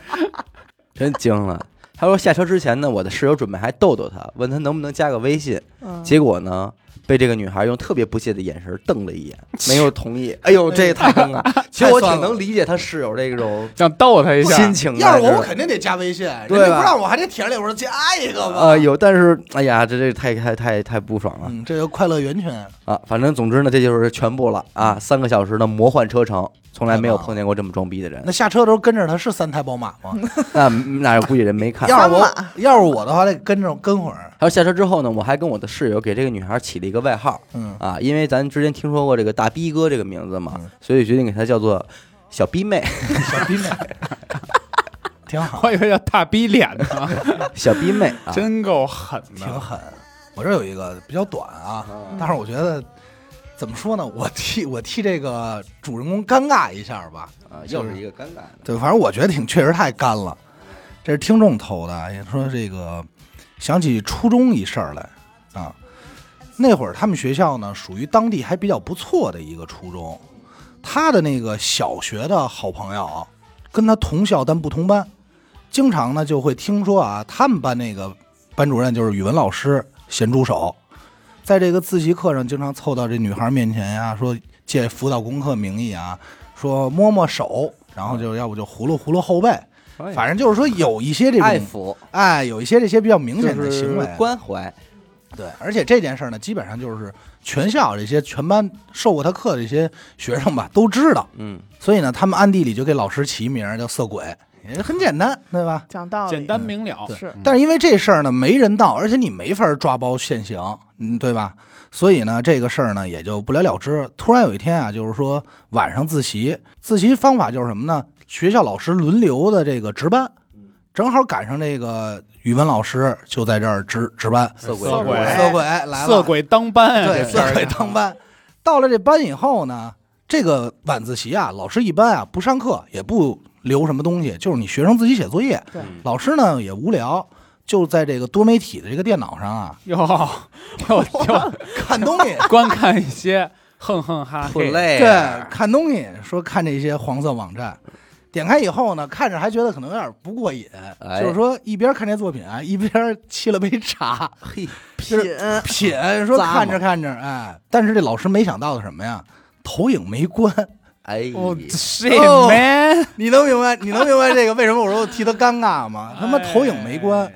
Speaker 1: 真惊了。”他说下车之前呢，我的室友准备还逗逗他，问他能不能加个微信。
Speaker 3: 嗯
Speaker 1: 结果呢，被这个女孩用特别不屑的眼神瞪了一眼，
Speaker 2: 嗯
Speaker 1: 没有同意。哎呦，这也太坑了！ 其实我挺能理解他室友这种
Speaker 4: 想逗他一下？
Speaker 1: 心情的。啊
Speaker 2: 要是
Speaker 1: 就
Speaker 2: 我，我肯定得加微信，人
Speaker 1: 对吧
Speaker 2: 家不让我还得舔着脸我说加一个吧。
Speaker 1: 啊有，但是哎呀，这这太太太太不爽了
Speaker 2: 嗯，这个快乐源泉，
Speaker 1: 啊！反正总之呢，这就是全部了啊！三个小时的魔幻车程，从来没有碰见过这么装逼的人
Speaker 2: 那。下车的时候跟着他是三台宝马 吗？
Speaker 1: 那那估计人没看。
Speaker 2: 要是
Speaker 3: 三
Speaker 2: 我要是我的话，得跟着跟会儿。
Speaker 1: 还有下车之后呢，我还跟我的室友给这个女孩起了一个外号
Speaker 2: 嗯，
Speaker 1: 啊，因为咱之前听说过这个大逼哥这个名字嘛
Speaker 2: 嗯，
Speaker 1: 所以决定给她叫做小逼妹、
Speaker 2: 小逼妹，挺好，
Speaker 4: 我以为叫大逼脸 呢，
Speaker 1: 小逼妹啊。
Speaker 4: 真够狠
Speaker 2: 挺
Speaker 4: 的。
Speaker 2: 狠。我这有一个比较短啊，但是我觉得怎么说呢，我替我替这个主人公尴尬一下吧。
Speaker 1: 啊，
Speaker 2: 又是
Speaker 1: 一个尴尬的。
Speaker 2: 对，反正我觉得挺确实太干了。这是听众投的，啊也说这个想起初中一事儿来啊。那会儿他们学校呢，属于当地还比较不错的一个初中。他的那个小学的好朋友啊，跟他同校但不同班，经常呢就会听说啊，他们班那个班主任就是语文老师咸猪手，在这个自习课上经常凑到这女孩面前呀、说借辅导功课名义啊，说摸摸手，然后就要不就葫芦葫芦后背，反正就是说有一些这
Speaker 1: 爱
Speaker 2: 种
Speaker 1: 抚、
Speaker 2: 哎，有一些这些比较明显
Speaker 1: 就
Speaker 2: 的
Speaker 1: 是
Speaker 2: 行为，
Speaker 1: 关怀，
Speaker 2: 对，而且这件事儿呢，基本上就是全校这些全班受过他课的这些学生吧都知道，
Speaker 1: 嗯，
Speaker 2: 所以呢，他们暗地里就给老师起一名儿叫色鬼，也很简单，对吧？
Speaker 3: 讲道理，
Speaker 4: 简单明了，
Speaker 2: 对
Speaker 3: 是
Speaker 2: 嗯但是因为这事儿呢，没人到，而且你没法抓包现行，嗯，对吧？所以呢，这个事儿呢也就不了了之。突然有一天啊，就是说晚上自习，自习方法就是什么呢？学校老师轮流的这个值班，正好赶上这个语文老师就在这儿值值班，
Speaker 1: 色鬼，啊
Speaker 4: 色鬼哎
Speaker 2: 色鬼来了，
Speaker 4: 色鬼当班啊，
Speaker 2: 对，
Speaker 4: 这事儿
Speaker 2: 色鬼当班。到了这班以后呢，这个晚自习啊，老师一般啊不上课，也不留什么东西，就是你学生自己写作业。
Speaker 3: 对
Speaker 1: 嗯
Speaker 2: 老师呢也无聊，就在这个多媒体的这个电脑 上啊
Speaker 4: 哟，又又
Speaker 2: 看东西。
Speaker 4: 观看一些哼哼
Speaker 1: 混
Speaker 4: 哈
Speaker 1: 啊
Speaker 4: 嘿，
Speaker 1: 累，
Speaker 2: 对，看东西，说看这些黄色网站，点开以后呢，看着还觉得可能有点不过瘾，
Speaker 1: 哎
Speaker 2: 就是说一边看这作品啊，一边沏了杯 茶，
Speaker 1: 嘿，
Speaker 2: 就
Speaker 3: 品
Speaker 2: 是品，说
Speaker 1: 咂摸
Speaker 2: 看着看着，哎，但是这老师没想到的是什么呀？投影没 关，
Speaker 1: 哎，
Speaker 4: 哦
Speaker 2: 哦
Speaker 4: ，shit man，
Speaker 1: 哎
Speaker 2: 你能明白？你能明白这个为什么我说我替他尴尬吗？他妈投影没关，，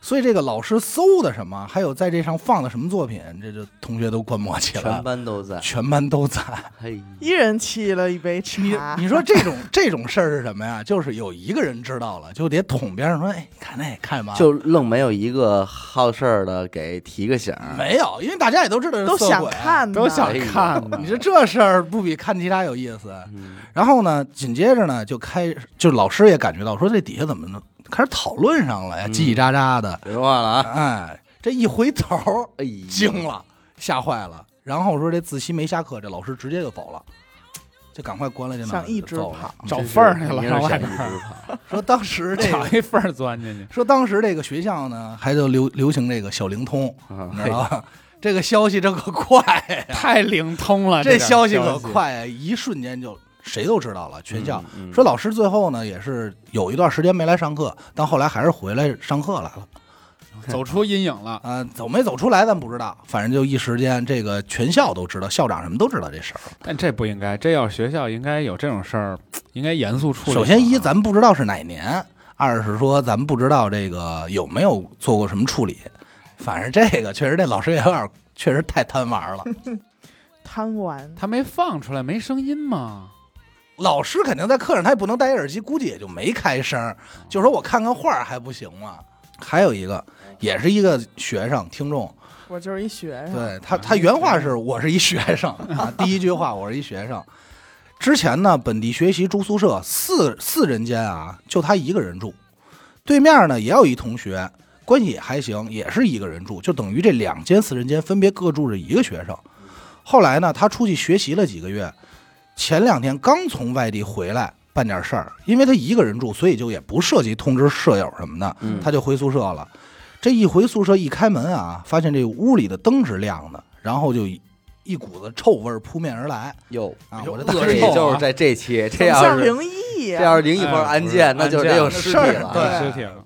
Speaker 2: 所以这个老师搜的什么，还有在这上放的什么作品，这就同学都观摩起来
Speaker 1: 全
Speaker 2: 了，
Speaker 1: 班都在。
Speaker 2: 全班都在。
Speaker 3: 啊
Speaker 1: 嘿，
Speaker 3: 一人沏了一杯
Speaker 2: 你
Speaker 3: 茶。
Speaker 2: 你说这 种这种事儿是什么呀？就是有一个人知道了，就得捅边上说，哎，看那看什么？
Speaker 1: 就愣没有一个好事儿的给提个醒儿。
Speaker 2: 没有，因为大家也都知道是
Speaker 3: 都
Speaker 2: 色
Speaker 3: 想
Speaker 2: 鬼啊
Speaker 3: 看呢，
Speaker 4: 都想看呢
Speaker 2: 你说这事儿不比看其他有意思？
Speaker 1: 嗯，
Speaker 2: 然后呢，紧接着呢就开，就老师也感觉到说这底下怎么能开始讨论上了呀，
Speaker 1: 嗯
Speaker 2: 叽叽喳喳的，
Speaker 1: 别说话了啊！
Speaker 2: 哎，这一回头儿
Speaker 1: 哎，
Speaker 2: 惊，了，吓坏了。然后说这自习没下课，这老师直接就走了，就赶快关了电脑，
Speaker 3: 想一
Speaker 2: 就
Speaker 3: 直
Speaker 2: 走了
Speaker 3: 跑。
Speaker 4: 找缝儿去了，上外边
Speaker 1: 边
Speaker 4: 儿
Speaker 2: 说当时这
Speaker 4: 找
Speaker 2: 个，
Speaker 4: 一缝儿钻进去。
Speaker 2: 说当时这个学校呢，还就流流行这个小灵通，
Speaker 1: 嗯
Speaker 2: 你知道吧？这个消息这可快呀，
Speaker 4: 太灵通了，
Speaker 2: 这
Speaker 4: 点
Speaker 2: 消
Speaker 4: 啊消
Speaker 2: 息可，快呀，一瞬间就谁都知道了，全校。
Speaker 1: 嗯
Speaker 2: 说老师最后呢，也是有一段时间没来上课，但后来还是回来上课来了。
Speaker 4: 走出阴影了。
Speaker 2: 啊、走没走出来咱不知道，反正就一时间这个全校都知道，校长什么都知道这事儿了。
Speaker 4: 但这不应该，这要学校应该有这种事儿，应该严肃处理。
Speaker 2: 首先一，咱们不知道是哪年；二是说咱们不知道这个有没有做过什么处理。反正这个确实，这老师也有点儿，确实太贪玩了。
Speaker 3: 贪玩，
Speaker 4: 他没放出来，没声音嘛。
Speaker 2: 老师肯定在课上，他也不能戴耳机，估计也就没开声儿。就说我看看画儿还不行吗？哦还有一个，也是一个学生听众，
Speaker 3: 我就是一学生。
Speaker 2: 对他，他原话是“我是一学生”，啊，第一句话我是一学生。之前呢，本地学习住宿舍四四人间啊，就他一个人住。对面呢也有一同学，关系也还行，也是一个人住，就等于这两间四人间分别各住着一个学生。后来呢，他出去学习了几个月，前两天刚从外地回来，办点事儿，因为他一个人住，所以就也不涉及通知舍友什么的。
Speaker 1: 嗯
Speaker 2: 他就回宿舍了。这一回宿舍一开门啊，发现这屋里的灯是亮的，然后就一一股子臭味儿扑面而来
Speaker 1: 哟，
Speaker 2: 啊！
Speaker 4: 哎呦
Speaker 2: 我这大
Speaker 4: 恶
Speaker 1: 这
Speaker 2: 臭
Speaker 4: 臭
Speaker 1: 也
Speaker 2: 啊
Speaker 1: 就是在这期，这
Speaker 3: 怎么
Speaker 1: 要
Speaker 3: 像
Speaker 1: 是
Speaker 3: 灵异啊
Speaker 1: 这
Speaker 3: 呀、
Speaker 1: 嗯要是灵异碰案件，那哎就是得有尸体
Speaker 2: 啊
Speaker 1: 了。
Speaker 2: 对
Speaker 4: 有尸体了，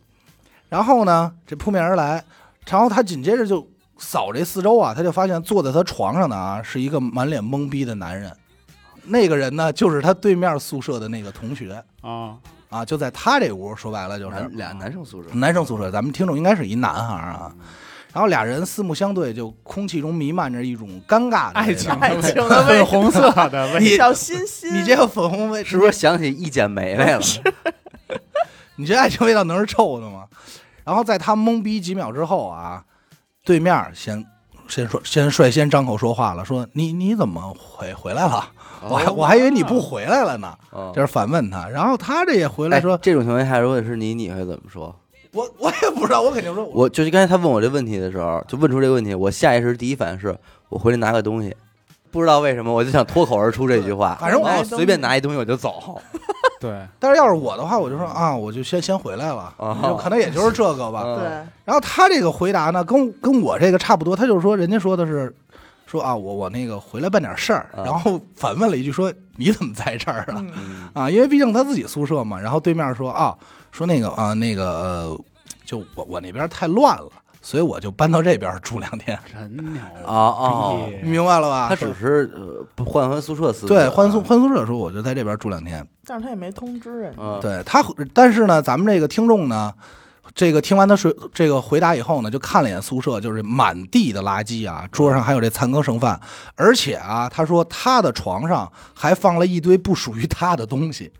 Speaker 2: 然后呢，这扑面而来，然后他紧接着就扫这四周啊，他就发现坐在他床上的啊是一个满脸懵逼的男人，那个人呢就是他对面宿舍的那个同学
Speaker 4: 啊，
Speaker 2: 啊，就在他这屋，说白了就是
Speaker 4: 嗯
Speaker 1: 男俩男生宿舍，
Speaker 2: 男生宿舍，咱们听众应该是一男孩儿啊。然后俩人四目相对，就空气中弥漫着一种尴尬的味道
Speaker 4: 爱情的
Speaker 3: 爱
Speaker 4: 味
Speaker 3: 情
Speaker 4: 道，
Speaker 3: 的味
Speaker 4: 粉
Speaker 3: 道
Speaker 4: 红色的味道。
Speaker 3: 小心心，
Speaker 2: 你这个粉红味
Speaker 1: 是不是想起一剪梅 来了？
Speaker 2: 你这爱情味道能是臭的吗？然后在他懵逼几秒之后啊，对面先先说先率先张口说话了，说你你怎么回回来了？我还我还以为你不回来了呢，
Speaker 1: 哦
Speaker 2: 这是反问他。然后他这也回来
Speaker 1: 哎
Speaker 2: 说，
Speaker 1: 这种情况下，如果是你，你会怎么说？
Speaker 2: 我我也不知道，我肯定说我
Speaker 1: 我就是刚才他问我这问题的时候，就问出这个问题，我下意识第一反应是我回来拿个东西，不知道为什么我就想脱口而出这句话，
Speaker 2: 反正我
Speaker 1: 然后随便拿一东西我就走。
Speaker 4: 对，
Speaker 2: 但是要是我的话，我就说啊，我就先先回来了，
Speaker 1: 哦
Speaker 2: 就可能也就是这个吧。
Speaker 1: 嗯
Speaker 3: 对，
Speaker 2: 然后他这个回答呢，跟跟我这个差不多，他就是说，人家说的是，说啊，我我那个回来办点事儿，
Speaker 1: 啊
Speaker 2: 然后反问了一句说，你怎么在这儿啊？
Speaker 3: 嗯，
Speaker 1: 嗯
Speaker 2: 啊，因为毕竟他自己宿舍嘛。然后对面说啊，说那个啊那个呃，就我我那边太乱了，所以我就搬到这边住两天，
Speaker 4: 真牛
Speaker 1: 哦哦，
Speaker 2: 你明白了吧？
Speaker 1: 他只是呃不换换宿舍思路，啊
Speaker 2: 对换宿换宿舍的时候，我就在这边住两天。
Speaker 3: 但是他也没通知人家，
Speaker 1: 嗯，
Speaker 2: 对他，但是呢，咱们这个听众呢，这个听完他说这个回答以后呢，就看了一眼宿舍，就是满地的垃
Speaker 1: 嗯
Speaker 2: 圾啊，桌上还有这残羹剩饭，而且啊，他说他的床上还放了一堆不属于他的东西。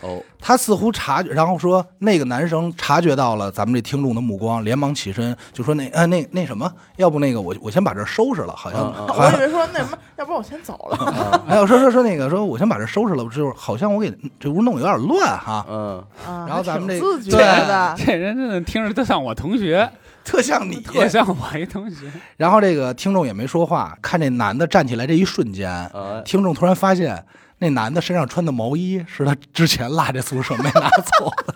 Speaker 1: 哦，
Speaker 2: 他似乎察觉，然后说那个男生察觉到了咱们这听众的目光，连忙起身就说那呃那那什么，要不那个我我先把这儿收拾了，好像、
Speaker 1: 嗯嗯
Speaker 2: 好
Speaker 3: 我以
Speaker 2: 像
Speaker 3: 为说那什么， 要不然我先走了。
Speaker 2: 还有说说说那个说我先把这儿收拾了，就是好像我给这屋弄得有点乱哈，
Speaker 1: 嗯，
Speaker 3: 啊
Speaker 2: 然后咱们这
Speaker 3: 挺自觉
Speaker 2: 对
Speaker 3: 的，
Speaker 4: 这人真的听着就像我同学，
Speaker 2: 特像你。
Speaker 4: 特像我一同学。
Speaker 2: 然后这个听众也没说话，看这男的站起来这一瞬间，
Speaker 1: 呃，
Speaker 2: 听众突然发现那男的身上穿的毛衣是他之前落这宿舍没拿走的，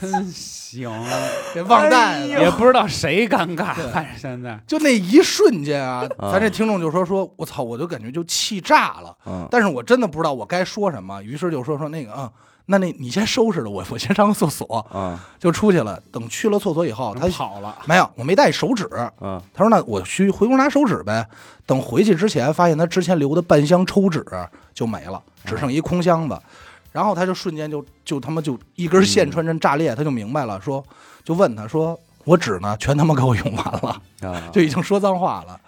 Speaker 4: 真行，
Speaker 2: 给忘带
Speaker 3: 哎
Speaker 2: 了
Speaker 3: 呦。
Speaker 4: 也不知道谁尴尬
Speaker 2: 对，
Speaker 4: 反正现在
Speaker 2: 就那一瞬间 啊，
Speaker 1: 啊
Speaker 2: 咱这听众就说说，我操，我就感觉就气炸了，
Speaker 1: 嗯，
Speaker 2: 但是我真的不知道我该说什么，于是就说说那个啊、那那你先收拾了，我我先上个厕所，
Speaker 1: 嗯
Speaker 2: 就出去了。等去了厕所以后，哦他
Speaker 4: 能跑了，
Speaker 2: 没有，我没带手纸，
Speaker 1: 嗯，
Speaker 2: 他说那我去回屋拿手纸呗。等回去之前，发现他之前留的半箱抽纸就没了，只剩一空箱子。然后他就瞬间就就他妈就一根线穿针炸裂，他就明白了，说就问他说我纸呢全他妈给我用完了，
Speaker 1: 啊，
Speaker 2: 就已经说脏话了。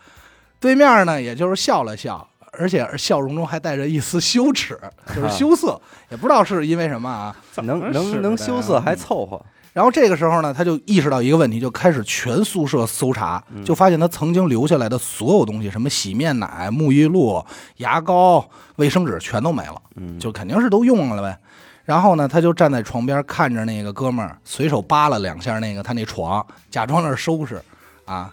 Speaker 2: 对面呢，也就是笑了笑，而且笑容中还带着一丝羞耻，就是羞涩，也不知道是因为什么啊。
Speaker 1: 能能能羞涩
Speaker 2: 嗯
Speaker 1: 还凑合，
Speaker 2: 然后这个时候呢，他就意识到一个问题，就开始全宿舍搜查，
Speaker 1: 嗯
Speaker 2: 就发现他曾经留下来的所有东西，什么洗面奶、沐浴露、牙膏、卫生纸，全都没了，
Speaker 1: 嗯，
Speaker 2: 就肯定是都用了呗。然后呢，他就站在床边看着那个哥们儿，随手扒拉两下那个他那床，假装那儿收拾啊。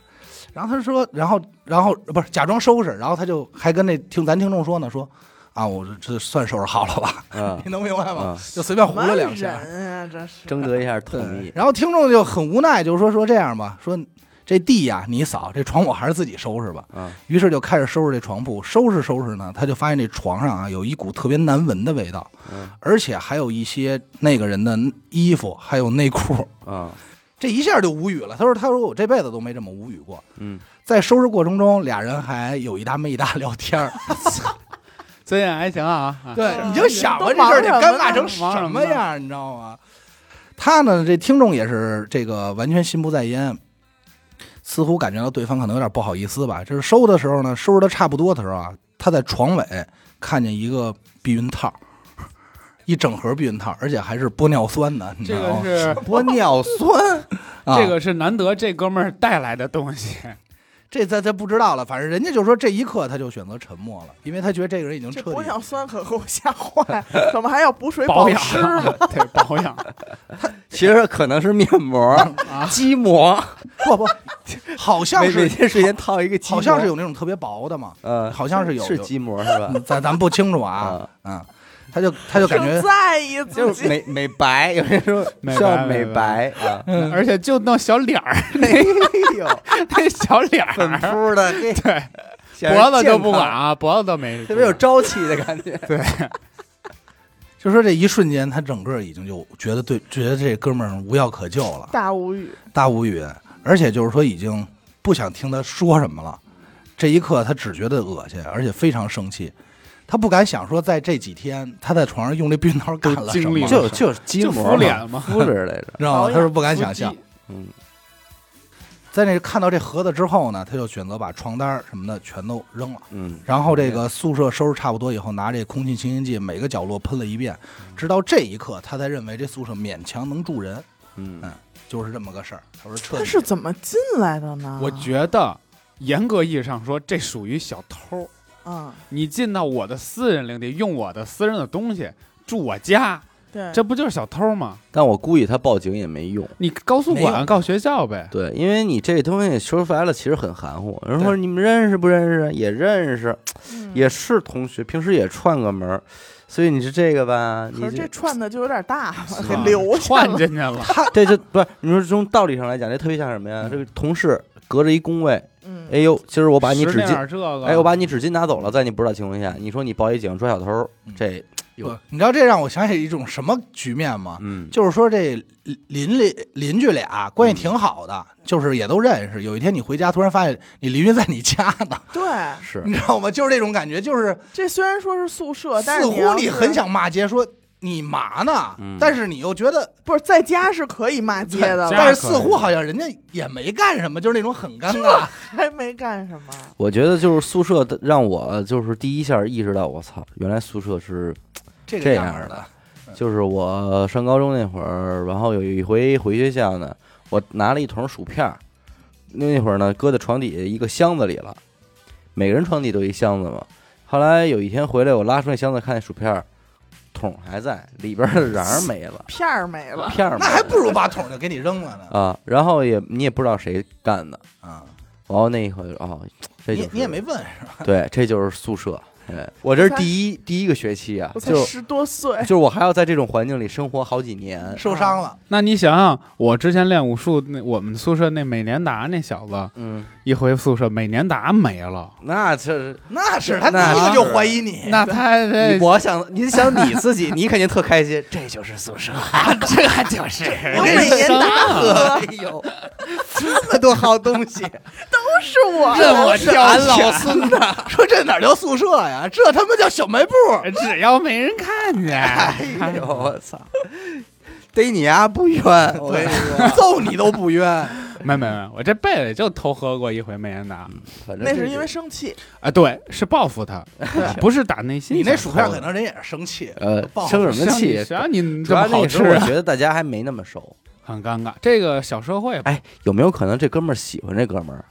Speaker 2: 然后他说，然后然后不是假装收拾，然后他就还跟那听咱听众说呢，说啊，我这这算收拾好了吧？
Speaker 1: 啊
Speaker 2: 你，能明白吗
Speaker 1: 啊？
Speaker 2: 就随便
Speaker 3: 什
Speaker 2: 胡
Speaker 3: 么
Speaker 2: 了两
Speaker 3: 人
Speaker 2: 下。
Speaker 3: 呀，这是
Speaker 1: 征得一 下同
Speaker 2: 对
Speaker 1: 意，
Speaker 2: 然后听众就很无奈，就说说这样吧，说这地呀、你扫，这床我还是自己收拾吧。
Speaker 1: 啊
Speaker 2: 于是就开始收拾这床铺，收拾收拾呢，他就发现这床上啊有一股特别难闻的味道，
Speaker 1: 嗯
Speaker 2: 而且还有一些那个人的衣服还有内裤，
Speaker 1: 啊，
Speaker 2: 这一下就无语了。他说：“他说我这辈子都没这么无语过。
Speaker 1: 嗯，”
Speaker 2: 在收拾过程中，俩人还有一搭没一搭聊 天儿。
Speaker 4: 最近还行啊，啊
Speaker 2: 对，
Speaker 3: 是
Speaker 2: 你就想吧，
Speaker 3: 都
Speaker 2: 这事儿得
Speaker 3: 忙什么
Speaker 2: 尴尬
Speaker 3: 呢
Speaker 2: 成什
Speaker 4: 忙
Speaker 2: 么
Speaker 4: 什么
Speaker 2: 样儿，你知道吗？他呢，这听众也是这个完全心不在焉，似乎感觉到对方可能有点不好意思吧。这是收的时候呢，收拾的差不多的时候啊，他在床尾看见一个避孕套，一整盒避孕套，而且还是玻尿酸的，你知
Speaker 4: 这
Speaker 2: 道
Speaker 4: 个
Speaker 2: 吗？
Speaker 4: 是
Speaker 1: 玻尿 酸，
Speaker 2: 啊、
Speaker 4: 这个是难得这哥们儿带来的东西，
Speaker 2: 这咱咱不知道了，反正人家就说这一刻他就选择沉默了，因为他觉得这个人已经
Speaker 3: 这
Speaker 2: 彻
Speaker 3: 玻
Speaker 2: 底
Speaker 3: 尿酸可给我吓坏， 怎么还要补水
Speaker 4: 保养
Speaker 3: 湿？
Speaker 4: 对保养
Speaker 1: 其实可能是面膜、
Speaker 4: 啊，
Speaker 1: 肌膜，
Speaker 2: 不不，好像
Speaker 1: 每每
Speaker 2: 是
Speaker 1: 天睡前套一个肌膜，
Speaker 2: 好像是有那种特别薄的 嘛，
Speaker 1: 呃，
Speaker 2: 好像是有
Speaker 1: 是
Speaker 2: 有
Speaker 1: 肌膜是吧？
Speaker 2: 咱咱不清楚啊，嗯，他就他就感
Speaker 3: 正
Speaker 2: 觉
Speaker 3: 在意自
Speaker 1: 就是
Speaker 3: 己，
Speaker 1: 美美白，有人说
Speaker 4: 美白
Speaker 1: 叫美
Speaker 4: 美
Speaker 1: 白
Speaker 4: 白
Speaker 1: 啊，
Speaker 4: 嗯而且就弄小脸 儿，
Speaker 1: 哎呦，
Speaker 4: 那小脸儿，
Speaker 1: 粉扑的，嘿
Speaker 4: 对，
Speaker 1: 显然
Speaker 4: 脖子就不
Speaker 1: 健
Speaker 4: 管
Speaker 1: 康，
Speaker 4: 啊，脖子都没，
Speaker 1: 特别有朝气的感 觉。
Speaker 4: 对，
Speaker 2: 就说这一瞬间，他整个已经就觉得对，觉得这哥们儿无药可救了，
Speaker 3: 大无语。
Speaker 2: 大无语，而且就是说已经不想听他说什么了。这一刻，他只觉得恶心，而且非常生气。他不敢想说，在这几天他在床上用这避孕套干了什
Speaker 4: 经历
Speaker 2: 么，
Speaker 4: 了
Speaker 1: 就
Speaker 2: 就
Speaker 1: 就是肌
Speaker 4: 就
Speaker 1: 膜
Speaker 4: 敷
Speaker 1: 嘛
Speaker 4: 脸嘛，
Speaker 1: 敷着来着，
Speaker 2: 知道吗？他是不敢想象
Speaker 4: 腹。肌
Speaker 1: 嗯
Speaker 2: 在那看到这盒子之后呢，他就选择把床单儿什么的全都扔了。
Speaker 1: 嗯，
Speaker 2: 然后这个宿舍收拾差不多以后，拿这空气清新剂每个角落喷了一遍，直到这一刻，他才认为这宿舍勉强能住人，
Speaker 1: 嗯
Speaker 2: 嗯就是这么个事儿。他说彻
Speaker 3: 他
Speaker 2: 底
Speaker 3: 是怎么进来的呢？
Speaker 4: 我觉得严格意义上说，这属于小偷。
Speaker 3: 嗯，
Speaker 4: 你进到我的私人领地，用我的私人的东西住我家，
Speaker 3: 对，
Speaker 4: 这不就是小偷吗？
Speaker 1: 但我估计他报警也没用。
Speaker 4: 你告宿
Speaker 2: 没
Speaker 4: 管
Speaker 2: 有
Speaker 4: 告学校呗。
Speaker 1: 对，因为你这东西说白了，其实很含糊。有人说你们认识不认识？也认识，
Speaker 3: 嗯
Speaker 1: 也是同学，平时也串个门儿，所以你是这个吧？你
Speaker 3: 可是这串的就有点大了，
Speaker 1: 是
Speaker 3: 给
Speaker 1: 吧
Speaker 3: 留下
Speaker 4: 啊串
Speaker 3: 了。
Speaker 4: 进去了，
Speaker 1: 这啊就不是你说从道理上来讲，这特别像什么呀？这个同事隔着一工位，
Speaker 3: 嗯，
Speaker 1: 哎呦，今儿我把你
Speaker 4: 指
Speaker 1: 纸巾，
Speaker 4: 点这个，
Speaker 1: 哎，我把你纸巾拿走了，在你不知道情况下，你说你报一警抓小偷
Speaker 2: 嗯，
Speaker 1: 这
Speaker 2: 不，你知道这让我想起一种什么局面吗？
Speaker 1: 嗯
Speaker 2: 就是说这邻邻邻居俩关系挺好的，
Speaker 1: 嗯
Speaker 2: 就是也都认识。有一天你回家，突然发现你邻居在你家呢，
Speaker 3: 对，
Speaker 1: 是
Speaker 2: 你知道吗？就是这种感觉，就是
Speaker 3: 这虽然说是宿舍，
Speaker 2: 似
Speaker 3: 但是
Speaker 2: 乎
Speaker 3: 你
Speaker 2: 你
Speaker 3: 要是
Speaker 2: 很想骂街，说你嘛呢？
Speaker 1: 嗯
Speaker 2: 但是你又觉得，
Speaker 3: 不是在家是可以骂街 的
Speaker 4: 对
Speaker 3: 了，
Speaker 2: 但是似乎好像人家也没干什么，就是那种很尴尬。
Speaker 3: 还没干什么。
Speaker 1: 我觉得就是宿舍的让我就是第一下意识到，我操，原来宿舍是
Speaker 2: 这
Speaker 1: 这
Speaker 2: 个
Speaker 1: 样
Speaker 2: 样
Speaker 1: 儿
Speaker 2: 儿
Speaker 1: 的
Speaker 2: 的，
Speaker 1: 就是我上高中那会儿，然后有一回回学校呢，我拿了一桶薯片儿，那会儿呢搁在床底下一个箱子里了，每个人床底都一箱子嘛。后来有一天回来，我拉出那箱子看见薯片儿桶还在，里边儿的瓤儿没了，
Speaker 3: 片儿没了，
Speaker 1: 片儿没
Speaker 2: 那还
Speaker 1: 了
Speaker 2: 不如把桶就给你扔了呢。
Speaker 1: 啊，然后也你也不知道谁干的，
Speaker 2: 啊，
Speaker 1: 然后那一回哦，这就
Speaker 2: 你
Speaker 1: 是
Speaker 2: 你也没问是吧？
Speaker 1: 对，这就是宿舍。哎，我这是第一第一个学期啊，
Speaker 3: 我才
Speaker 1: 就
Speaker 3: 十多岁
Speaker 1: 就，是我还要在这种环境里生活好几年。
Speaker 2: 受伤了，
Speaker 4: 那你想想，我之前练武术，那我们宿舍那美年达那小子，
Speaker 1: 嗯，
Speaker 4: 一回宿舍美年达没了，
Speaker 1: 那这
Speaker 2: 那是他第
Speaker 1: 那
Speaker 2: 一个就是怀疑你。
Speaker 4: 那他这
Speaker 1: 你我想你想你自己，你肯定特开心，这就是宿舍， 这 就是啊
Speaker 3: 我每年
Speaker 4: 达
Speaker 1: 哎呦，这么多好东西，
Speaker 3: 都是 我
Speaker 2: 这
Speaker 3: 的
Speaker 2: 我
Speaker 1: 是
Speaker 2: 挑
Speaker 1: 俺
Speaker 2: 选
Speaker 1: 老孙子，
Speaker 2: 说这哪叫宿舍呀？这他妈叫小卖部！
Speaker 4: 只要没人看
Speaker 1: 哎
Speaker 4: 见，啊
Speaker 1: 呦我操，逮你啊不冤，我跟你说，
Speaker 2: 揍你都不冤。
Speaker 4: 没没没，我这辈子就偷喝过一回，没人拿
Speaker 1: 反正
Speaker 3: 那
Speaker 1: 这
Speaker 3: 是因为生气，
Speaker 4: 啊！对，是报复他，
Speaker 1: 啊
Speaker 4: 不是打内心。
Speaker 2: 你那薯片可能人也是生气，
Speaker 1: 呃
Speaker 2: 爆
Speaker 1: 生什么
Speaker 4: 像你
Speaker 1: 气，
Speaker 4: 谁让你
Speaker 1: 主
Speaker 4: 这
Speaker 1: 要
Speaker 4: 么
Speaker 1: 那
Speaker 4: 好
Speaker 1: 个时
Speaker 4: 吃
Speaker 1: 候我
Speaker 4: 啊？
Speaker 1: 觉得大家还没那么熟，
Speaker 4: 很尴尬，这个小社会，
Speaker 1: 哎，有没有可能这哥们儿喜欢这哥们儿？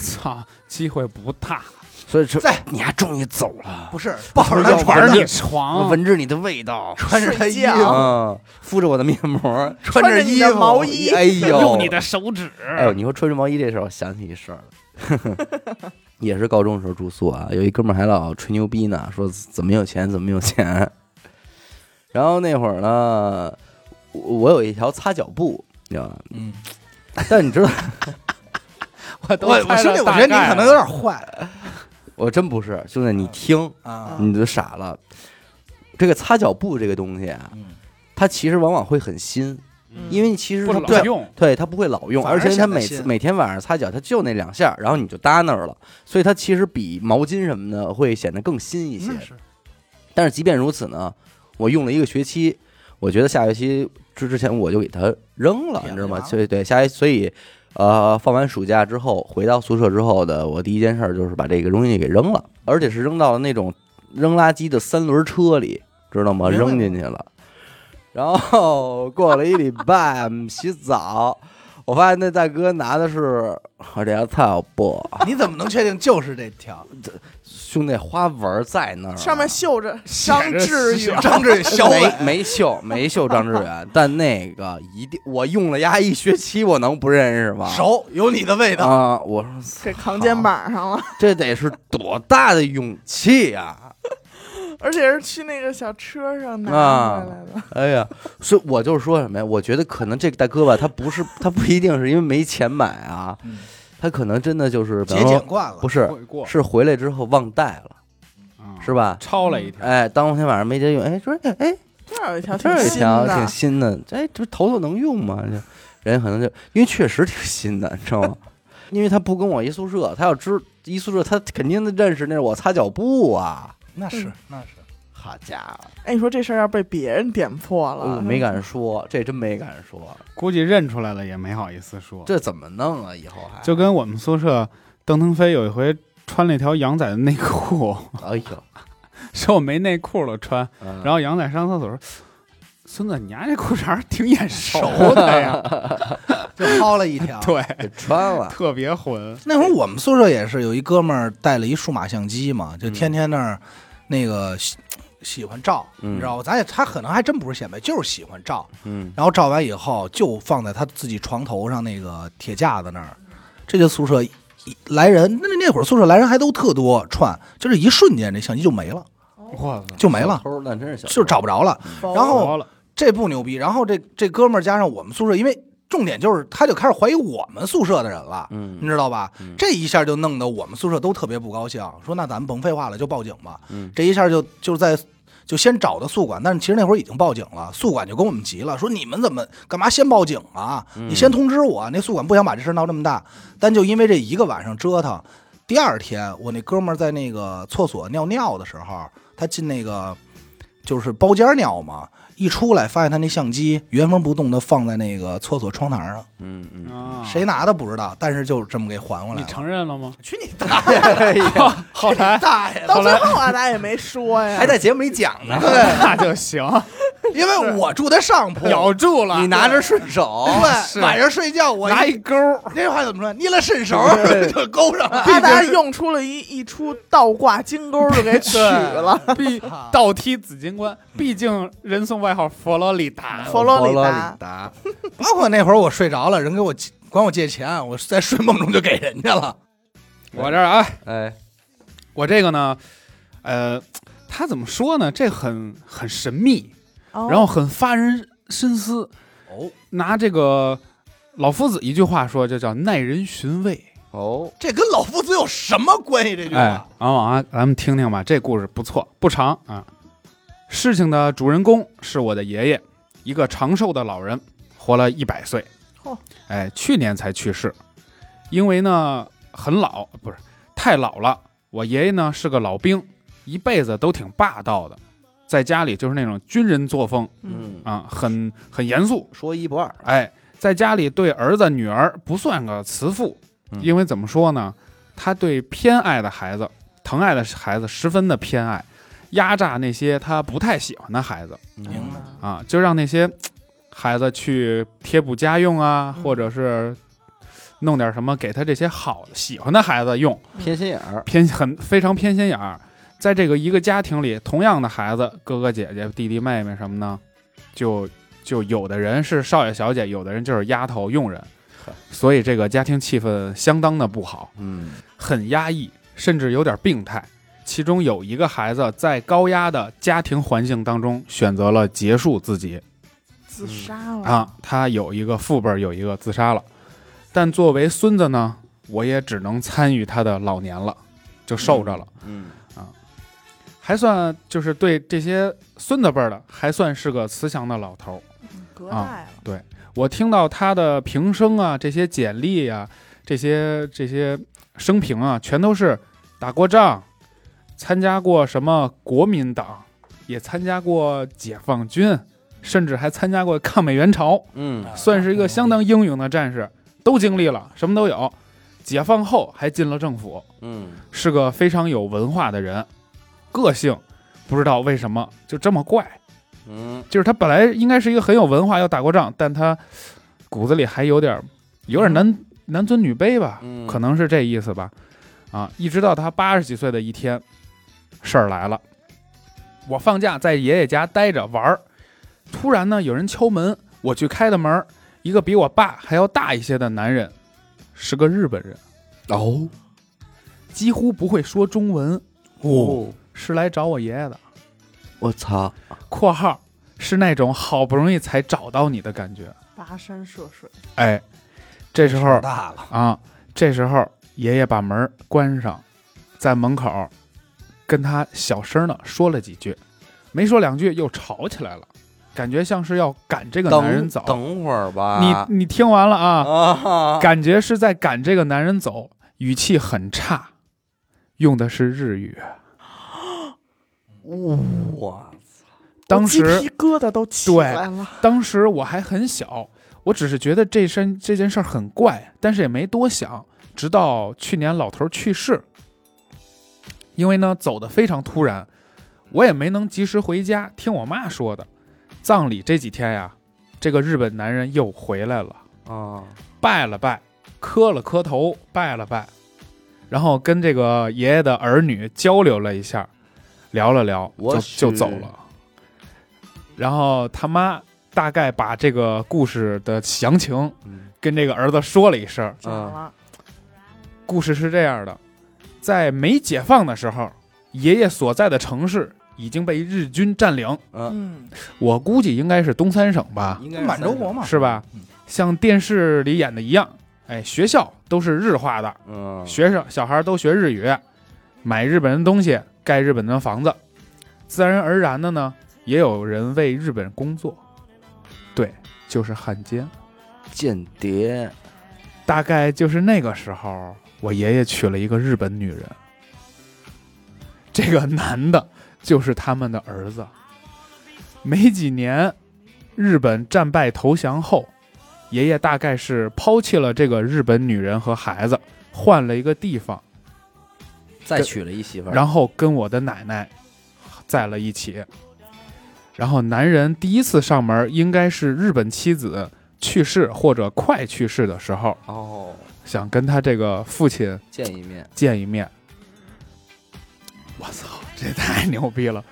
Speaker 4: 操，机会不大。
Speaker 1: 所以说，
Speaker 2: 在
Speaker 1: 你还终于走了，
Speaker 2: 不是抱着他
Speaker 1: 要
Speaker 2: 床
Speaker 1: 玩
Speaker 2: 上
Speaker 1: 呢
Speaker 4: 你床，
Speaker 1: 闻着你的味道，
Speaker 2: 穿着他衣
Speaker 3: 睡觉
Speaker 2: 服，
Speaker 1: 嗯，敷着我的面 膜，
Speaker 2: 穿
Speaker 3: 着你
Speaker 2: 衣
Speaker 3: 的
Speaker 2: 服
Speaker 3: 毛衣
Speaker 1: 哎呦，
Speaker 4: 用你的手指，
Speaker 1: 哎呦，你说穿着毛衣这事儿，我想起一事儿了。也是高中的时候住宿啊，有一哥们儿还老吹牛逼呢，说怎么有钱怎么有钱。 然后那会儿呢，我我有一条擦脚布，你知道吧？
Speaker 2: 嗯，
Speaker 1: 但你知道，
Speaker 4: 我都
Speaker 2: 我
Speaker 4: 猜
Speaker 2: 我
Speaker 4: 到
Speaker 2: 兄弟，我
Speaker 4: 大
Speaker 2: 觉得你
Speaker 4: 概
Speaker 2: 可能有
Speaker 4: 了
Speaker 2: 点坏
Speaker 1: 我真不是，兄弟，你听，
Speaker 2: 啊。
Speaker 1: 你就傻了。这个擦脚布这个东西啊，
Speaker 2: 嗯
Speaker 1: 它其实往往会很新，
Speaker 3: 嗯
Speaker 1: 因为其实
Speaker 4: 不
Speaker 1: 是
Speaker 4: 老
Speaker 1: 对
Speaker 4: 用，
Speaker 1: 对，它不会老用，
Speaker 2: 反而
Speaker 1: 而且它
Speaker 2: 显得
Speaker 1: 每
Speaker 2: 新
Speaker 1: 次每天晚上擦脚，它就那两下儿，然后你就搭那儿了，所以它其实比毛巾什么的会显得更新一些。
Speaker 2: 那是
Speaker 1: 但是即便如此呢，我用了一个学期，我觉得下学期之之前我就给它扔了，
Speaker 2: 也
Speaker 1: 你知道吗？
Speaker 2: 没拿
Speaker 1: 对对，下学所以。呃，放完暑假之后，回到宿舍之后的我第一件事儿就是把这个东西给扔了，而且是扔到了那种扔垃圾的三轮车里，知道吗？
Speaker 2: 明白
Speaker 1: 扔进去了。然后过了一礼拜 洗澡，我发现那大哥拿的是哎我这条菜布，
Speaker 2: 嗯你怎么能确定就是这条？
Speaker 1: 兄弟花纹儿在那儿啊，
Speaker 3: 上面绣着张志
Speaker 4: 写
Speaker 3: 远
Speaker 4: 着，
Speaker 2: 张志小伟
Speaker 1: 没没秀没秀张志远，但那个一定我用了丫一学期，我能不认识吗？
Speaker 2: 熟，有你的味道。
Speaker 1: 啊！我说
Speaker 3: 给扛肩膀上了，
Speaker 1: 这得是多大的勇气呀、
Speaker 3: 而且是去那个小车上拿
Speaker 1: 啊
Speaker 3: 回来的。
Speaker 1: 哎呀，所以我就说什么呀？我觉得可能这个大哥吧，他不是他不一定是因为没钱买啊，
Speaker 2: 嗯
Speaker 1: 他可能真的就是比
Speaker 2: 节
Speaker 1: 方
Speaker 2: 俭
Speaker 1: 说
Speaker 2: 惯了，
Speaker 1: 不是
Speaker 4: 会过
Speaker 1: 是回来之后忘带了，
Speaker 4: 啊
Speaker 1: 是吧？
Speaker 4: 抄了一条，
Speaker 1: 哎，当天晚上没得用，哎，说哎哎
Speaker 3: 这儿有一条
Speaker 1: 这
Speaker 3: 挺
Speaker 1: 儿有一
Speaker 3: 新
Speaker 1: 条挺
Speaker 3: 的，
Speaker 1: 新的，哎，这头头能用吗？这人可能就因为确实挺新的，你知道吗？ 因为他不跟我一宿舍，他要知一宿舍，他肯定认识那是我擦脚布啊。
Speaker 2: 那是
Speaker 3: 嗯
Speaker 2: 那是。
Speaker 1: 好家伙，
Speaker 3: 哎，你说这事儿要被别人点破
Speaker 1: 我
Speaker 3: 了，
Speaker 1: 哦嗯没敢说，这真没敢说，
Speaker 4: 估计认出来了也没好意思说。
Speaker 1: 这怎么弄啊？以后还
Speaker 4: 就跟我们宿舍邓腾飞有一回穿了一条羊仔的内裤，
Speaker 1: 哎呦，嗯
Speaker 4: 说我没内裤了穿，
Speaker 1: 然
Speaker 4: 然后羊仔上厕所说：“孙子，你家这裤衩儿挺眼熟的呀。
Speaker 2: 就薅了一条
Speaker 4: 对，
Speaker 1: 给穿 了，
Speaker 4: 特别混。
Speaker 2: 那会儿我们宿舍也是有一哥们儿带了一数码相机嘛，就
Speaker 4: 嗯
Speaker 2: 天天那儿那个喜喜欢照，
Speaker 1: 嗯
Speaker 2: 你知道吧？咱也他可能还真不是显摆，就是喜欢照。
Speaker 1: 嗯，
Speaker 2: 然后照完以后就放在他自己床头上那个铁架子那儿，这就宿舍一来人，那那会儿宿舍来人还都特多，串就是一瞬间这相机就没了，
Speaker 4: 我操，
Speaker 2: 就没了
Speaker 1: 小，偷那真是小偷，
Speaker 2: 就找不着了。
Speaker 3: 包
Speaker 2: 然后
Speaker 4: 着了，
Speaker 2: 这不牛逼。然后这这哥们儿加上我们宿舍，因为重点就是他就开始怀疑我们宿舍的人了，你
Speaker 1: 嗯
Speaker 2: 知道吧
Speaker 1: 嗯？
Speaker 2: 这一下就弄得我们宿舍都特别不高兴，说那咱们甭废话了，就报警吧。
Speaker 1: 嗯
Speaker 2: 这一下就就在就先找的宿管，但是其实那会儿已经报警了，宿管就跟我们急了，说你们怎么干嘛先报警啊？
Speaker 1: 嗯
Speaker 2: 你先通知我。那宿管不想把这事儿闹这么大，但就因为这一个晚上折腾，第二天我那哥们儿在那个厕所尿尿的时候，他进那个就是包间尿嘛，一出来发现他那相机原封不动的放在那个厕所窗台上，
Speaker 1: 嗯嗯，
Speaker 4: 啊
Speaker 2: 哦谁拿的不知道，但是就这么给还回来
Speaker 4: 你
Speaker 2: 了。
Speaker 4: 承认了吗？
Speaker 2: 去你大爷！
Speaker 1: 哎呀，
Speaker 4: 后来
Speaker 2: 大爷！
Speaker 3: 到最后啊，咱也没说呀，
Speaker 1: 还在节目里讲 呢，
Speaker 4: 那就行，
Speaker 2: 因为我住在上铺，
Speaker 4: 咬住了。
Speaker 1: 你拿着顺手，
Speaker 2: 对，晚上睡觉我
Speaker 4: 拿一钩儿，
Speaker 2: 那句话怎么说？捏了顺 手就勾 上了。
Speaker 3: 阿达用出了一一出倒挂金钩就给取了，
Speaker 4: 必倒踢紫金冠。毕竟人送外号佛罗里达，
Speaker 3: 佛罗里达
Speaker 1: 达，
Speaker 2: 包括那会儿我睡着了，人给我借管我借钱，我在睡梦中就给人家了。
Speaker 4: 我这儿啊，
Speaker 1: 哎，
Speaker 4: 我这个呢，呃，他怎么说呢？这很很神秘，
Speaker 3: 哦
Speaker 4: 然后很发人深思。
Speaker 2: 哦，
Speaker 4: 拿这个老夫子一句话说，就叫耐人寻味。
Speaker 1: 哦，
Speaker 2: 这跟老夫子有什么关系？这句
Speaker 4: 哎
Speaker 2: 话，，
Speaker 4: 然后啊，咱们听听吧，这故事不错，不长啊。事情的主人公是我的爷爷，一个长寿的老人，活了一百岁
Speaker 3: 嚯。
Speaker 4: 哎，去年才去世，因为呢，很老，不是太老了。我爷爷呢是个老兵，一辈子都挺霸道的，在家里就是那种军人作风
Speaker 3: 嗯，
Speaker 4: 啊，很很严肃。
Speaker 1: 说一不二，
Speaker 4: 哎，在家里对儿子女儿不算个慈父，
Speaker 1: 嗯
Speaker 4: 因为怎么说呢，他对偏爱的孩子、疼爱的孩子十分的偏爱，压榨那些他不太喜欢的孩子
Speaker 2: 明白
Speaker 4: 啊，就让那些嘖孩子去贴补家用啊，
Speaker 3: 嗯
Speaker 4: 或者是弄点什么给他这些好喜欢的孩子用，
Speaker 1: 偏心眼儿，
Speaker 4: 偏很非常偏心眼儿。在这个一个家庭里，同样的孩子，哥哥姐姐、弟弟妹妹什么呢，就就有的人是少爷小姐，有的人就是丫头佣人
Speaker 1: 呵，
Speaker 4: 所以这个家庭气氛相当的不好，
Speaker 1: 嗯，
Speaker 4: 很压抑，甚至有点病态。其中有一个孩子在高压的家庭环境当中选择了结束自己，
Speaker 3: 自杀了，
Speaker 4: 啊，他有一个父辈儿有一个自杀了，但作为孙子呢，我也只能参与他的老年了，就受着了，
Speaker 1: 嗯，
Speaker 4: 还算就是对这些孙子辈儿的，还算是个慈祥的老头儿。
Speaker 3: 嗯隔
Speaker 4: 啊
Speaker 3: 代了，
Speaker 4: 我听到他的平生啊，这些简历啊，这些这些生平啊，全都是打过仗，参加过什么国民党，也参加过解放军，甚至还参加过抗美援朝。
Speaker 1: 嗯，
Speaker 4: 算是一个相当英勇的战士，都经历了，什么都有。解放后还进了政府，
Speaker 1: 嗯，
Speaker 4: 是个非常有文化的人，个性不知道为什么就这么怪，
Speaker 1: 嗯，
Speaker 4: 就是他本来应该是一个很有文化，又打过仗，但他骨子里还有点儿有点男男尊女卑吧，
Speaker 1: 嗯
Speaker 4: 可能是这意思吧。啊，一直到他八十几岁的一天，事儿来了。我放假在爷爷家待着玩儿，突然呢有人敲门，我去开的门儿，一个比我爸还要大一些的男人，是个日本人，
Speaker 1: 哦，
Speaker 4: 几乎不会说中文，
Speaker 2: 哦，
Speaker 4: 是来找我爷爷的。
Speaker 1: 我操，
Speaker 4: （括号是那种好不容易才找到你的感觉）。
Speaker 3: 跋山涉水，
Speaker 4: 哎，这时候
Speaker 2: 长大了，
Speaker 4: 啊，这时候爷爷把门儿关上，在门口儿跟他小声的说了几句，没说两句又吵起来了，感觉像是要赶这个男人
Speaker 1: 等
Speaker 4: 走。
Speaker 1: 等会儿吧，
Speaker 4: 你你听完了啊，
Speaker 1: 啊，
Speaker 4: 感觉是在赶这个男人走，语气很差，用的是日语。
Speaker 1: 哇，
Speaker 4: 当时
Speaker 3: 我鸡皮疙瘩都起来了，
Speaker 4: 当时我还很小，我只是觉得这身这件事儿很怪，但是也没多想。直到去年老头儿去世，因为呢走的非常突然，我也没能及时回家。听我妈说的，葬礼这几天呀，这个日本男人又回来了，
Speaker 1: 啊，
Speaker 4: 拜了拜，磕了磕头，拜了拜，然后跟这个爷爷的儿女交流了一下，聊了聊，
Speaker 1: 我
Speaker 4: 就是就走了。然后他妈大概把这个故事的详情
Speaker 1: 嗯
Speaker 4: 跟这个儿子说了一声。
Speaker 3: 怎么了？
Speaker 4: 故事是这样的，在没解放的时候，爷爷所在的城市已经被日军占领，
Speaker 1: 嗯，
Speaker 3: 嗯，
Speaker 4: 我估计应该是东三省吧。
Speaker 1: 应该是
Speaker 2: 满洲国嘛，
Speaker 4: 啊是吧
Speaker 2: 嗯？
Speaker 4: 像电视里演的一样，哎，学校都是日化的，
Speaker 1: 嗯，
Speaker 4: 学生小孩都学日语，买日本人东西，盖日本的房子，自然而然的呢，也有人为日本工作，对，就是汉奸。
Speaker 1: 间谍，
Speaker 4: 大概就是那个时候，我爷爷娶了一个日本女人，这个 男的就是他们的儿子。没几年，日本战败投降后，爷爷大概是抛弃了这个日本女人和孩子，换了一个地方。
Speaker 1: 再娶了一媳妇儿，
Speaker 4: 然后跟我的奶奶在了一起。然后男人第一次上门，应该是日本妻子去世或者快去世的时候，
Speaker 1: 哦，
Speaker 4: 想跟他这个父亲
Speaker 1: 见一面，
Speaker 4: 见一面。我操，这太牛逼了！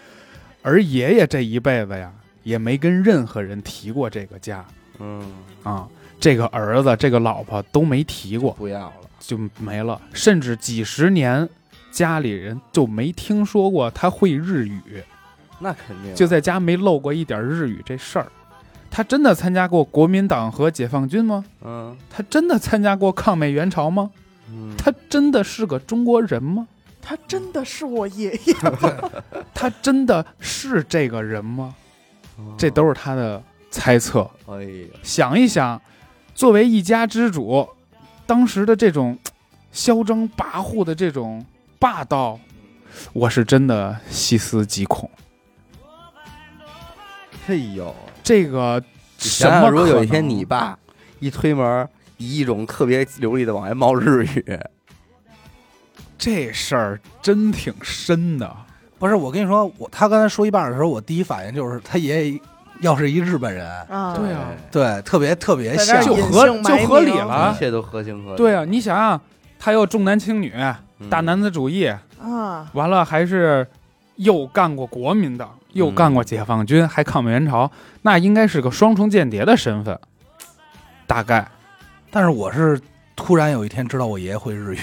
Speaker 4: 而爷爷这一辈子呀，也没跟任何人提过这个家
Speaker 1: 嗯，
Speaker 4: 啊，这个儿子、这个老婆都没提过。
Speaker 1: 不要了，
Speaker 4: 就没了，甚至几十年家里人就没听说过他会日语，
Speaker 1: 那肯定
Speaker 4: 就在家没露过一点日语这事儿。他真的参加过国民党和解放军吗？
Speaker 1: 嗯
Speaker 4: 他真的参加过抗美援朝吗？
Speaker 1: 嗯，
Speaker 4: 他真的是个中国人吗？
Speaker 3: 他真的是我爷爷，
Speaker 4: 他真的是这个人吗？
Speaker 1: 哦
Speaker 4: 这都是他的猜测。
Speaker 1: 哎呀，
Speaker 4: 想一想，作为一家之主，当时的这种嚣张跋扈的这种霸道，我是真的细思极恐。
Speaker 1: 哎呦，
Speaker 4: 这个
Speaker 1: 你
Speaker 4: 什
Speaker 1: 想
Speaker 4: 么可
Speaker 1: 想，
Speaker 4: 能？
Speaker 1: 如果有一天你爸一推门，以一种特别流利的往外冒日语，
Speaker 4: 这事儿真挺深的，
Speaker 2: 不是，我跟你说，我他刚才说一半的时候，我第一反应就是他爷爷要是一日本人，
Speaker 3: 啊，
Speaker 4: 对啊
Speaker 2: 对，特别特别
Speaker 3: 在这
Speaker 2: 像
Speaker 3: 儿
Speaker 4: 就
Speaker 3: 隐
Speaker 4: 合
Speaker 3: 姓
Speaker 4: 就
Speaker 3: 埋
Speaker 4: 合理
Speaker 3: 名啊
Speaker 4: 了
Speaker 1: 哎一。切都合情合理。
Speaker 4: 对啊，你想想，他又重男轻女，
Speaker 1: 嗯
Speaker 4: 大男子主义，
Speaker 3: 啊，
Speaker 4: 完了还是又干过国民党，又干过解放军，还抗美援朝，那应该是个双重间谍的身份，大概。
Speaker 2: 但是我是突然有一天知道我爷爷会日语，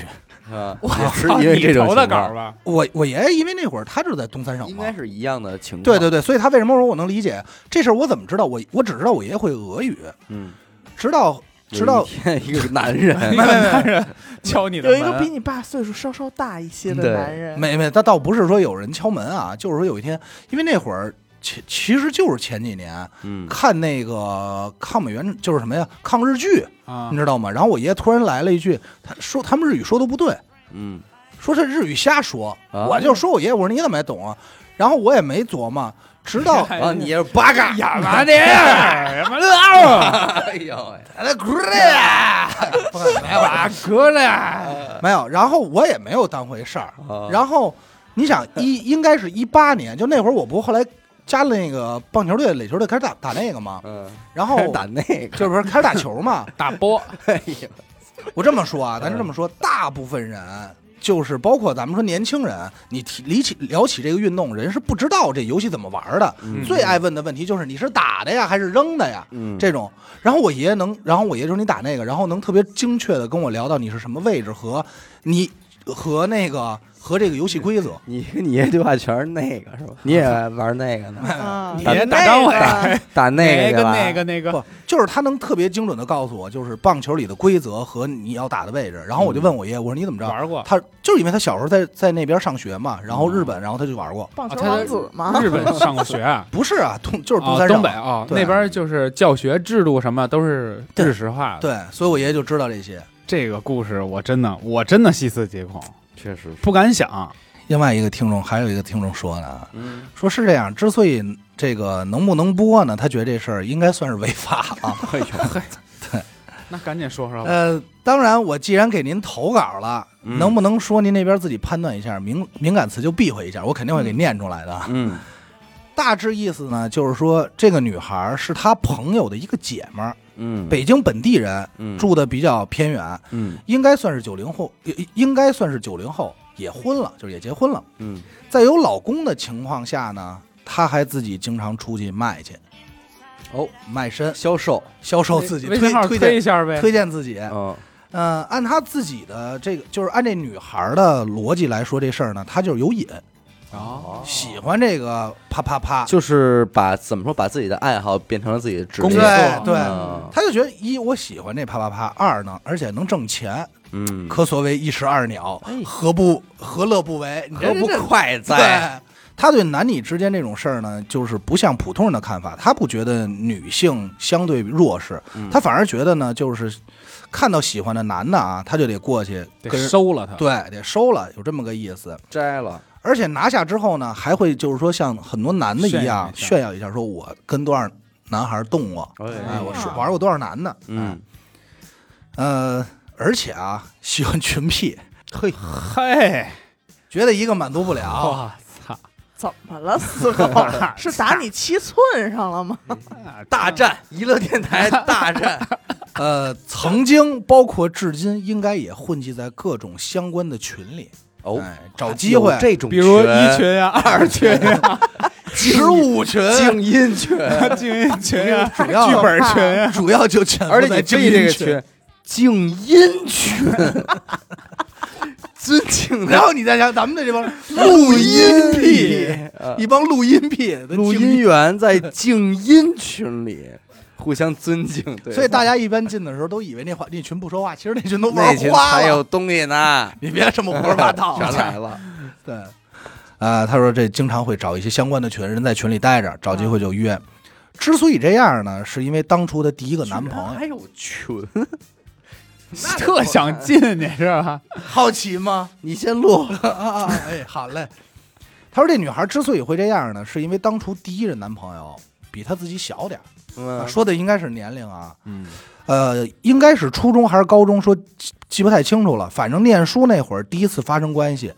Speaker 1: 啊，
Speaker 4: 我
Speaker 1: 也是
Speaker 4: 操
Speaker 1: 因为
Speaker 4: 你
Speaker 1: 这种
Speaker 4: 投的
Speaker 1: 情
Speaker 4: 稿
Speaker 1: 况
Speaker 4: 儿，吧，
Speaker 2: 我我爷爷因为那会儿他就在东三省
Speaker 1: 应
Speaker 2: 嘛
Speaker 1: 该，是一样的情况。
Speaker 2: 对对，对，所以他为什么说我能理解这事儿？我怎么知道？我我只知道我爷爷会俄语，
Speaker 1: 嗯，
Speaker 2: 直到直
Speaker 1: 有
Speaker 2: 到
Speaker 1: 一天一个男人，
Speaker 4: 一个男人敲你的
Speaker 3: 有一
Speaker 4: 门，
Speaker 3: 个比你爸岁数稍稍大一些
Speaker 1: 对
Speaker 3: 的男人，
Speaker 2: 没没，他倒不是说有人敲门啊，就是说有一天，因为那会儿其其实就是前几年
Speaker 1: 嗯，
Speaker 2: 看那个抗美援就是什么呀，抗日剧，
Speaker 4: 啊
Speaker 2: 你，知道吗？然后我爷爷突然来了一句，他说他们日语说的不对，
Speaker 1: 嗯，
Speaker 2: 说这日语瞎说，
Speaker 1: 啊
Speaker 2: 我就说我爷爷，我说你怎么也懂啊？然后我也没琢磨，直 到
Speaker 4: 哎
Speaker 1: 啊，你是八嘎，
Speaker 4: 亚麻的，亚麻的，
Speaker 1: 哎呦喂，
Speaker 4: 来吧，哥嘞，
Speaker 2: 没有，然后我也没有当回事儿。
Speaker 1: 啊
Speaker 2: 然后你想一 应该是一八年，就那会儿我不后来加了那个棒球队、垒球队开始打打那个嘛，
Speaker 1: 嗯，
Speaker 2: 然后
Speaker 1: 开始打那个，
Speaker 2: 就是不是开始打球 嘛。
Speaker 4: 打波，
Speaker 1: 哎呦，
Speaker 2: 我这么说
Speaker 1: 嗯
Speaker 2: 啊，咱这么说，大部分人就是包括咱们说年轻人，你提理起聊起这个运动，人是不知道这游戏怎么玩的。
Speaker 1: 嗯
Speaker 2: 最爱问的问题就是你是打的呀还是扔的呀？
Speaker 1: 嗯，
Speaker 2: 这种，然后我爷爷能，然后我爷爷说你打那个，然后能特别精确的跟我聊到你是什么位置和你和那个和这个游戏规则。
Speaker 1: 你你爷对话全是那个是吧？你也玩那个呢？
Speaker 3: 啊，
Speaker 4: 你
Speaker 1: 打
Speaker 4: 别
Speaker 3: 那
Speaker 4: 打张
Speaker 3: 个
Speaker 4: 伟，
Speaker 1: 打那
Speaker 4: 哪
Speaker 1: 个去
Speaker 4: 个
Speaker 1: 了
Speaker 4: 哎那个那个，
Speaker 2: 不， 就是他能特别精准的告诉我，就是棒球里的规则和你要打的位置。然后我就问我爷爷，我说你怎么着？
Speaker 4: 玩过。
Speaker 2: 他就是因为他小时候在在那边上学嘛，然后日本，然后他就玩过。
Speaker 3: 棒球
Speaker 4: 啊他
Speaker 3: 王子嘛，
Speaker 4: 日本上过学啊，
Speaker 2: 不是啊，东就是东
Speaker 4: 啊，
Speaker 2: 三省
Speaker 4: 东北啊，
Speaker 2: 对
Speaker 4: 那边就是教学制度什么都是日式化的。
Speaker 2: 对，所以我爷爷就知道这些。
Speaker 4: 这个故事我真的我真的细思极恐，
Speaker 1: 确实是，
Speaker 4: 不敢想。
Speaker 2: 另外一个听众，还有一个听众说呢，
Speaker 1: 嗯，
Speaker 2: 说是这样，之所以这个能不能播呢，他觉得这事儿应该算是违法啊了。
Speaker 1: 哎呦，
Speaker 4: 那赶紧说说吧。
Speaker 2: 呃，当然，我既然给您投稿了，
Speaker 1: 嗯
Speaker 2: 能不能说您那边自己判断一下，敏敏感词就避讳一下，我肯定会给念出来的。
Speaker 1: 嗯
Speaker 2: 大致意思呢，就是说这个女孩是她朋友的一个姐们儿，
Speaker 1: 嗯，
Speaker 2: 北京本地人，
Speaker 1: 嗯
Speaker 2: 住的比较偏远，
Speaker 1: 嗯
Speaker 2: 应该算是九零后，呃应该算是九零后，也婚了，就是也结婚了。
Speaker 1: 嗯，
Speaker 2: 在有老公的情况下呢，她还自己经常出去卖去，
Speaker 1: 哦，
Speaker 2: 卖身
Speaker 1: 销售，
Speaker 2: 销售自己，
Speaker 4: 微
Speaker 2: 推
Speaker 4: 信号
Speaker 2: 推
Speaker 4: 推一
Speaker 2: 荐
Speaker 4: 下呗。
Speaker 2: 推荐自己，
Speaker 1: 嗯
Speaker 2: 呃，按她自己的这个，就是按这女孩儿的逻辑来说，这事儿呢，她就是有瘾，
Speaker 4: 哦，
Speaker 2: 喜欢这个啪啪啪，
Speaker 1: 就是把怎么说，把自己的爱好变成了自己的职
Speaker 4: 工
Speaker 1: 业
Speaker 4: 作，
Speaker 2: 对对，
Speaker 1: 嗯
Speaker 2: 她就觉得一我喜欢这啪啪啪，二呢，而且能挣钱，
Speaker 1: 嗯，
Speaker 2: 可所谓一石二鸟，何不何乐不为？你这
Speaker 1: 哎何不
Speaker 2: 这
Speaker 1: 快哉？
Speaker 2: 对，他对男女之间这种事儿呢，就是不像普通人的看法，他不觉得女性相对弱势，
Speaker 1: 嗯
Speaker 2: 他反而觉得呢，就是看到喜欢的男的啊，他就得过去
Speaker 4: 得
Speaker 2: 跟人
Speaker 4: 收了他。
Speaker 2: 对得收了，有这么个意思。
Speaker 1: 摘了，
Speaker 2: 而且拿下之后呢，还会就是说像很多男的一样
Speaker 4: 炫
Speaker 2: 炫耀一下，说我跟多少男孩动过，
Speaker 1: 哎
Speaker 2: 哎，我是
Speaker 3: 啊
Speaker 2: 玩过多少男的，
Speaker 1: 嗯，
Speaker 2: 呃，而且啊，喜欢群 P，
Speaker 1: 嘿，
Speaker 4: 嘿，
Speaker 2: 觉得一个满足不 了，
Speaker 4: 我操，
Speaker 3: 怎么了，四 狗？是打你七寸上了吗？
Speaker 1: 大战娱乐电台大战，
Speaker 2: 呃，曾经包括至今，应该也混迹在各种相关的群里。
Speaker 1: 哦，
Speaker 2: 哎，找机会
Speaker 1: 有，这种，
Speaker 4: 比如一 群呀、二群呀、
Speaker 2: 十五群，
Speaker 1: 静音群，
Speaker 4: 精英群呀、
Speaker 2: 主要
Speaker 4: 剧本群啊呀、
Speaker 2: 主要就全部
Speaker 1: 而且
Speaker 2: 在
Speaker 1: 你
Speaker 2: 静
Speaker 1: 进这
Speaker 2: 音
Speaker 1: 个群，静音群， 尊敬
Speaker 2: 然
Speaker 1: 的
Speaker 2: 后你再想咱们 的这帮录音癖，一帮录音癖的
Speaker 1: 录
Speaker 2: 静
Speaker 1: 音，员在静音群里互相尊敬，对，
Speaker 2: 所以大家一般进的时候都以为那话那群不说话，其实那群都
Speaker 1: 那
Speaker 2: 玩
Speaker 1: 群
Speaker 2: 花
Speaker 1: 才有
Speaker 2: 了。
Speaker 1: 东西呢，
Speaker 2: 你别这么胡说八 道，
Speaker 1: 全来了，
Speaker 2: 对，啊，他说这经常会找一些相关的群，人在群里待着，找机会就约。
Speaker 4: 哎
Speaker 2: 之所以这样呢，是因为当初的第一个男朋友，
Speaker 1: 有群，
Speaker 4: 特想进，你知道吧？
Speaker 2: 好奇吗？
Speaker 1: 你先录，
Speaker 2: 啊啊！啊哎，好嘞。他说这女孩之所以会这样呢，是因为当初第一任男朋友比她自己小点儿、啊
Speaker 1: 嗯
Speaker 2: 说的应该是年龄啊，
Speaker 4: 嗯，
Speaker 2: 呃，应该是初中还是高中，说记记不太清楚了。反正念书那会儿第一次发生关系，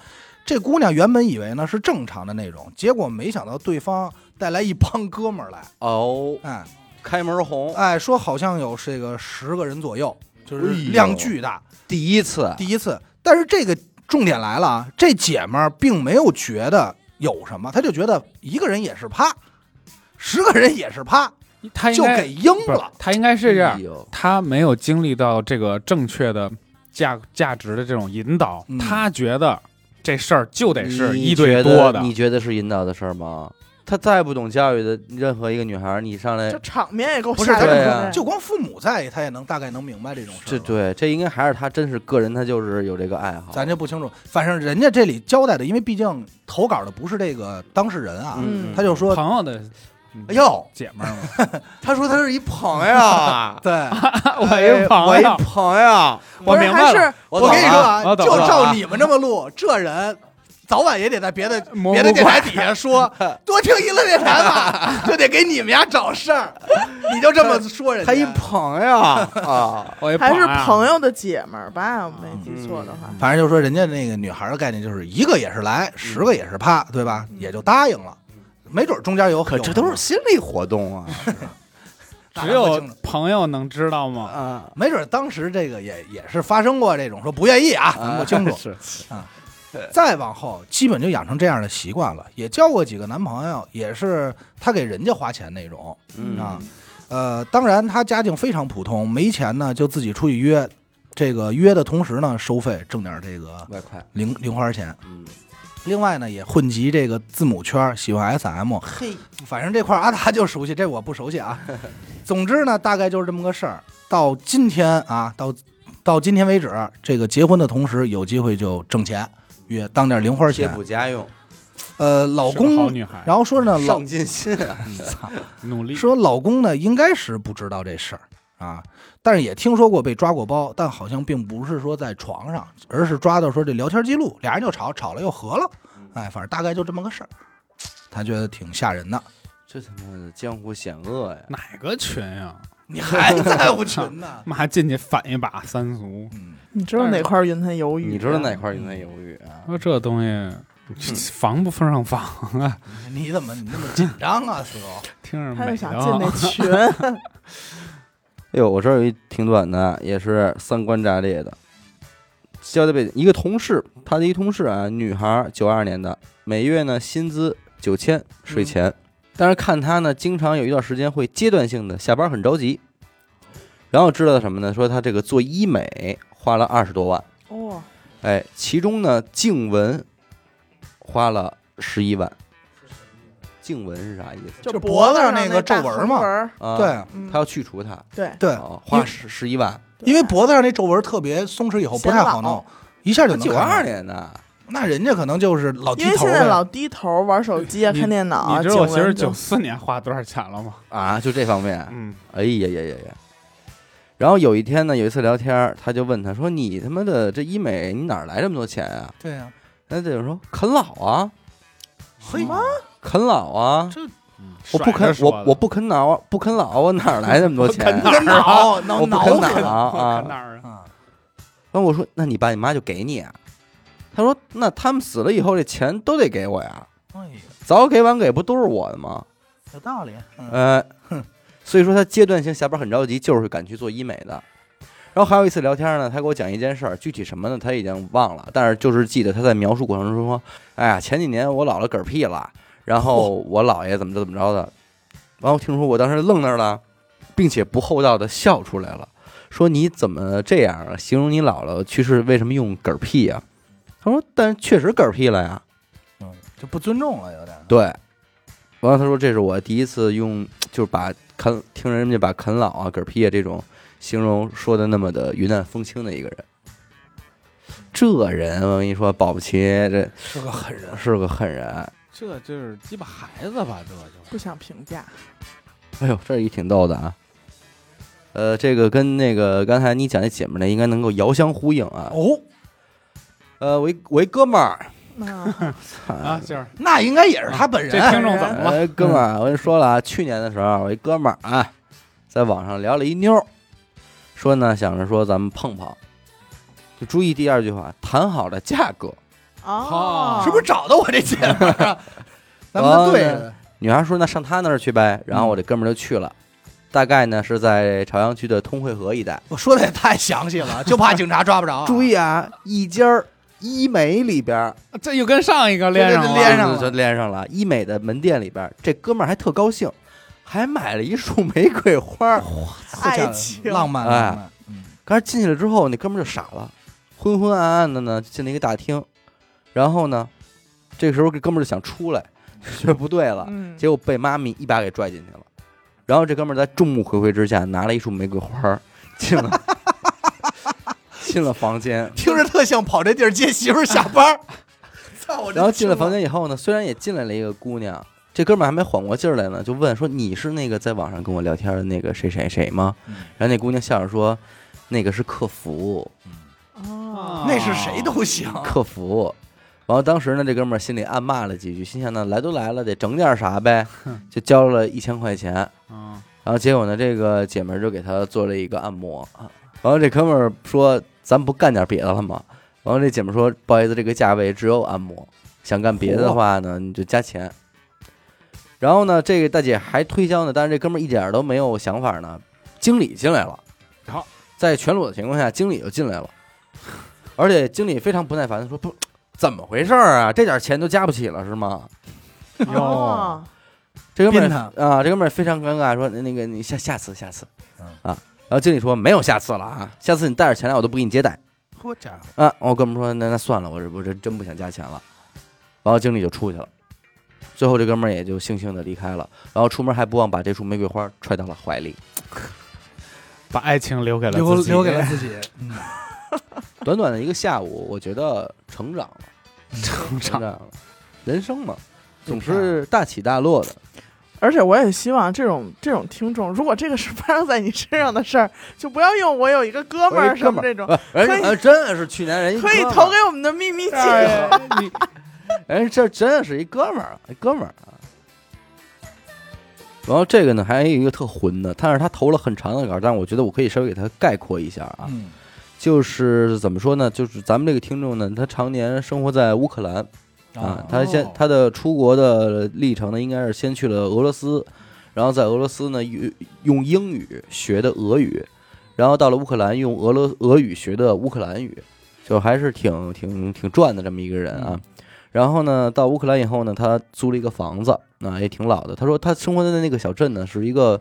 Speaker 2: 这姑娘原本以为呢是正常的那种，结果没想到对方带来一帮哥们儿来，
Speaker 1: 哦，
Speaker 2: 哎
Speaker 1: 开门红，
Speaker 2: 哎，说好像有这个十个人左右，就是
Speaker 1: 哎呦
Speaker 2: 量巨大。
Speaker 1: 第一次，
Speaker 2: 第一次，但是这个重点来了啊，这姐们儿并没有觉得有什么，她就觉得一个人也是趴，十个人也是趴，
Speaker 4: 他应
Speaker 2: 就
Speaker 4: 该
Speaker 2: 给应
Speaker 4: 不是
Speaker 2: 了。
Speaker 4: 他应该是这样
Speaker 1: 哎，呦
Speaker 4: 他没有经历到这个正确的价价值的这种引导，
Speaker 2: 嗯
Speaker 4: 他觉得这事儿就得是
Speaker 1: 你
Speaker 4: 一对
Speaker 1: 觉
Speaker 4: 多
Speaker 1: 得
Speaker 4: 的，
Speaker 1: 你觉得是引导的事儿吗？他再不懂教育的任何一个女孩儿，你上来
Speaker 3: 这场面也够
Speaker 2: 不是
Speaker 3: 吓人
Speaker 1: 对
Speaker 3: 的
Speaker 1: 啊。
Speaker 2: 就光父母在，她也能大概能明白这种事儿
Speaker 1: 这
Speaker 2: 吧。
Speaker 1: 对，这应该还是他真是个人，他就是有这个爱好。
Speaker 2: 咱就不清楚，反正人家这里交代的，因为毕竟投稿的不是这个当事人啊，
Speaker 1: 嗯
Speaker 2: 他就说，
Speaker 4: 朋友的，嗯
Speaker 2: 哎呦，，
Speaker 4: 姐们儿嘛，
Speaker 1: 他说他是一朋友啊
Speaker 2: 对，
Speaker 4: 我一朋
Speaker 1: 哎
Speaker 4: 友，
Speaker 1: 朋友，
Speaker 3: 不
Speaker 4: 我
Speaker 3: 是
Speaker 4: 明
Speaker 3: 还
Speaker 4: 白了，
Speaker 3: 是
Speaker 1: 我
Speaker 2: 跟你说
Speaker 4: 了
Speaker 2: 啊，
Speaker 4: 我
Speaker 2: 就
Speaker 4: 懂了
Speaker 2: 照你们这么录，这人早晚也得在别的
Speaker 4: 蘑
Speaker 2: 别的
Speaker 4: 菇
Speaker 2: 电
Speaker 4: 怪
Speaker 2: 台底下说，多听娱乐电台吧，就得给你们家找事儿，你就这么说人家。
Speaker 1: 他一朋 友啊，
Speaker 4: 我一
Speaker 3: 还是
Speaker 4: 啊
Speaker 3: 朋友的姐们儿吧，我
Speaker 1: 嗯
Speaker 3: 没记错的话。
Speaker 2: 反正就说人家那个女孩儿的概念就是一个也是来，十个也是怕，对吧？也就答应了，没准儿中间有
Speaker 1: 可
Speaker 2: 有
Speaker 1: 这都
Speaker 2: 什
Speaker 1: 是
Speaker 2: 么
Speaker 1: 心理活动啊
Speaker 2: 大
Speaker 4: 啊
Speaker 2: 家会
Speaker 4: 只有
Speaker 2: 清楚
Speaker 4: 朋友能知道吗？
Speaker 1: 啊，
Speaker 2: 没准儿当时这个也也是发生过这种说不愿意啊，咱不清楚。
Speaker 4: 哎是
Speaker 2: 再往后，基本就养成这样的习惯了。也交过几个男朋友，也是她给人家花钱那种
Speaker 1: 嗯
Speaker 2: 啊。呃，当然她家境非常普通，没钱呢就自己出去约，这个约的同时呢收费挣点这个
Speaker 1: 外快，
Speaker 2: 零零花钱。
Speaker 1: 嗯，
Speaker 2: 另外呢也混及这个字母圈，喜欢 SM。
Speaker 1: 嘿，
Speaker 2: 反正这块儿阿达就熟悉，这我不熟悉啊。 总之呢，大概就是这么个事儿。到今天啊，到到今天为止，这个结婚的同时有机会就挣钱，也当点零花
Speaker 1: 贴
Speaker 2: 钱。
Speaker 1: 补家用，
Speaker 2: 呃，老
Speaker 4: 是个好
Speaker 2: 公，
Speaker 4: 女孩，
Speaker 2: 然后说呢，老
Speaker 1: 上进心啊，
Speaker 4: 努力
Speaker 2: 说老公呢，应该是不知道这事儿啊，但是也听说过被抓过包，但好像并不是说在床上，而是抓到说这聊天记录，俩人就吵，吵了又和了，哎，反正大概就这么个事儿。他觉得挺吓人的，
Speaker 1: 这他妈的江湖险恶呀！
Speaker 4: 哪个群呀？？
Speaker 2: 你还在乎群呢
Speaker 4: 妈进去反一把三俗，
Speaker 2: 嗯，
Speaker 3: 你知道哪块云彩犹豫？
Speaker 1: 你知道哪块儿云在犹豫啊？
Speaker 4: 说这东西防不上防啊，
Speaker 2: 你怎么你那么紧张啊，四狗？
Speaker 4: 听着
Speaker 3: 他就
Speaker 4: 美的
Speaker 3: 想进那
Speaker 4: 啊。
Speaker 3: 群，
Speaker 1: 哎呦，我这儿有一挺短的，也是三观炸裂的。交代背景，一个同事，他的一同事啊，女孩，九二年的，每月呢薪资九千，税前。嗯但是看她呢，经常有一段时间会阶段性的下班很着急。然后知道什么呢？说她这个做医美花了二十多万，
Speaker 3: 哦，
Speaker 1: 哎，其中呢静雯花了十一万。静雯是啥意思
Speaker 3: 就
Speaker 2: 就
Speaker 3: 脖
Speaker 2: 脖
Speaker 3: 子
Speaker 2: 子
Speaker 3: 上
Speaker 2: 上
Speaker 3: 那
Speaker 2: 那个
Speaker 3: 大
Speaker 2: 皱纹
Speaker 3: 横
Speaker 2: 嘛
Speaker 3: 儿
Speaker 1: 啊？
Speaker 2: 对
Speaker 3: 嗯
Speaker 1: 她要去除它，
Speaker 3: 对，
Speaker 2: 对，
Speaker 1: 哦，花十十一万。
Speaker 2: 因为脖子上那皱纹特别松弛，以后不太好
Speaker 3: 显老
Speaker 2: 弄，一下就能
Speaker 1: 九
Speaker 2: 看出
Speaker 1: 二
Speaker 2: 来，
Speaker 1: 年的，
Speaker 2: 那人家可能就是老低
Speaker 3: 因为
Speaker 2: 头
Speaker 3: 现在
Speaker 2: 呗
Speaker 3: 老低头玩手机啊、
Speaker 4: 你
Speaker 3: 看电脑啊，
Speaker 4: 你知道我
Speaker 3: 颈
Speaker 4: 媳
Speaker 3: 纹
Speaker 4: 妇
Speaker 3: 就
Speaker 4: 九四年花多少钱了吗？
Speaker 1: 啊，就这方面，
Speaker 4: 嗯，
Speaker 1: 哎呀呀呀呀！然后有一天呢，有一次聊天儿，他就问他说：“你他妈的这医美，你哪儿来这么多钱啊
Speaker 2: 对呀、？”
Speaker 1: 那这就说啃老啊，
Speaker 2: 嘿，
Speaker 1: 啃老啊，我不
Speaker 4: 嗯甩着
Speaker 1: 啃
Speaker 4: 说
Speaker 1: 我
Speaker 4: 的
Speaker 1: 我不啃老啊，不啃老，我哪儿来那么多钱？啊
Speaker 2: 跟脑
Speaker 1: 我
Speaker 2: 脑
Speaker 1: 不
Speaker 2: 脑
Speaker 1: 啃
Speaker 2: 子
Speaker 1: 老
Speaker 4: 我
Speaker 1: 啊
Speaker 4: 看哪！儿啊？
Speaker 2: 啊，
Speaker 1: 然后我说：“那你爸你妈就给你啊？”他说：“那他们死了以后，这钱都得给我呀，
Speaker 2: 哎呀，
Speaker 1: 早给晚给不都是我的吗
Speaker 2: 有道理。？”嗯，
Speaker 1: 呃，所以说他阶段性下班很着急，就是赶去做医美的。然后还有一次聊天呢，他给我讲一件事儿，具体什么呢？他已经忘了，但是就是记得他在描述过程中说：“哎呀，前几年我姥姥嗝屁了，然后我姥爷怎么着怎么着的。”然后听说我当时愣那儿了，并且不厚道的笑出来了，说：“你怎么这样啊？形容你姥姥去世为什么用嗝屁呀、他说：“但确实嗝屁了呀。”
Speaker 2: 嗯就不尊重了，有点。
Speaker 1: 对，完了他说这是我第一次用，就是把啃听人家把啃老啊、嗝屁啊这种形容说的那么的云淡风轻的一个人。这人我跟你说，保不齐这
Speaker 2: 是个狠人。
Speaker 1: 是个狠人。
Speaker 4: 这就是鸡巴孩子吧？这就
Speaker 3: 不想评价。
Speaker 1: 哎呦，这一挺逗的啊。呃，这个跟那个刚才你讲那姐们儿呢，应该能够遥相呼应啊。
Speaker 2: 哦，
Speaker 1: 呃，我一我一哥们儿，
Speaker 3: 啊，
Speaker 4: 啊，就是
Speaker 2: 那应该也是他本
Speaker 4: 这
Speaker 2: 人。
Speaker 4: 听众怎么了？
Speaker 1: 哎，哥们儿，我跟你说了啊，去年的时候，我一哥们儿啊，在网上聊了一妞儿，说呢，想着说咱们碰碰，就注意第二句话，谈好了价格。
Speaker 3: 哦，
Speaker 2: 是不是找的我这姐们儿 啊？咱们哦都对着，
Speaker 1: 女孩说那上他那儿去呗，然后我这哥们儿就去了，大概呢是在朝阳区的通惠河一带。
Speaker 2: 我说的也太详细了，就怕警察抓不着。
Speaker 1: 注，意啊，一家儿医美里边儿
Speaker 4: 这又跟上一个连上了，
Speaker 2: 对对对连上了
Speaker 1: 就就连上了，医美的门店里边儿，这哥们儿还特高兴，还买了一束玫瑰花儿。
Speaker 3: 爱情
Speaker 2: 浪漫，
Speaker 1: 哎
Speaker 2: 浪漫。嗯
Speaker 1: 可是进去了之后，那哥们儿就傻了，昏昏暗暗的呢，就进了一个大厅。然后呢，这个时候这哥们儿就想出来，觉得不对了，
Speaker 3: 嗯，
Speaker 1: 结果被妈咪一把给拽进去了。然后这哥们儿在众目睽睽之下拿了一束玫瑰花儿进 了进了房间。
Speaker 2: 听着特像跑这地儿接媳妇儿下班儿。操我这
Speaker 1: 然后进了
Speaker 2: 听
Speaker 1: 房间以后呢，虽然也进来了一个姑娘，这哥们儿还没缓过劲儿来呢，就问说：“你是那个在网上跟我聊天的那个谁谁谁吗
Speaker 2: 嗯？”
Speaker 1: 然后那姑娘笑着说：“那个是客服，
Speaker 3: 哦，
Speaker 2: 那是谁都行。
Speaker 1: 客服。”然后当时呢，这哥们儿心里暗骂了几句，心想呢，来都来了，得整点啥呗，就交了一千块钱。
Speaker 4: 啊，
Speaker 1: 然后结果呢，这个姐们儿就给他做了一个按摩。然后这哥们儿说：“咱不干点别的了吗？”然后这姐们儿说：“不好意思，这个价位只有按摩，想干别的话呢，你就加钱。”然后呢，这个大姐还推销呢，但是这哥们儿一点儿都没有想法呢。经理进来了
Speaker 4: 好，
Speaker 1: 在全裸的情况下，经理就进来了，而且经理非常不耐烦的说：“不，怎么回事儿啊？这点儿钱都加不起了是吗？”
Speaker 3: 哦，
Speaker 1: 这哥们
Speaker 2: 鞭
Speaker 1: 儿
Speaker 2: 挞
Speaker 1: 啊，这哥们儿非常尴尬，说那个你下下次下次
Speaker 2: 嗯，
Speaker 1: 啊，然后经理说没有下次了啊，下次你带着钱来我都不给你接待
Speaker 2: 好家伙，
Speaker 1: 啊。我哥们儿说那那算了，我这我这真不想加钱了，然后经理就出去了，最后这哥们儿也就悻悻的离开了，然后出门还不忘把这束玫瑰花揣到了怀里。
Speaker 4: 把爱情留给了
Speaker 2: 留
Speaker 4: 自己
Speaker 2: 留给了自己。 嗯
Speaker 1: 短短的一个下午，我觉得成长了，
Speaker 4: 成
Speaker 1: 成长
Speaker 4: 长。
Speaker 1: 了，人生嘛，总是大起大落的。
Speaker 3: 而且我也希望这种这种听众，如果这个是发生在你身上的事儿，就不要用我有一个哥
Speaker 1: 我
Speaker 3: 们儿
Speaker 1: 一哥
Speaker 3: 什
Speaker 1: 们
Speaker 3: 么这种，
Speaker 1: 儿，哎
Speaker 3: 可以
Speaker 1: 哎真的是去年人一
Speaker 3: 可以
Speaker 1: 哥们儿
Speaker 3: 投给我们的秘密计划。
Speaker 4: 哎你
Speaker 1: 哎，这真的是一哥们儿，一哥们儿啊。然后这个呢，还有一个特混的，但是他投了很长的稿，但是我觉得我可以稍微给他概括一下啊，
Speaker 2: 嗯，
Speaker 1: 就是怎么说呢，就是咱们这个听众呢，他常年生活在乌克兰啊
Speaker 2: 哦，
Speaker 1: 他先他的出国的历程呢，应该是先去了俄罗斯，然后在俄罗斯呢用用英语学的俄语，然后到了乌克兰用俄罗俄语学的乌克兰语，就还是挺挺挺赚的这么一个人
Speaker 2: 嗯
Speaker 1: 啊。然后呢，到乌克兰以后呢，他租了一个房子，那、也挺老的。他说他生活的那个小镇呢，是一个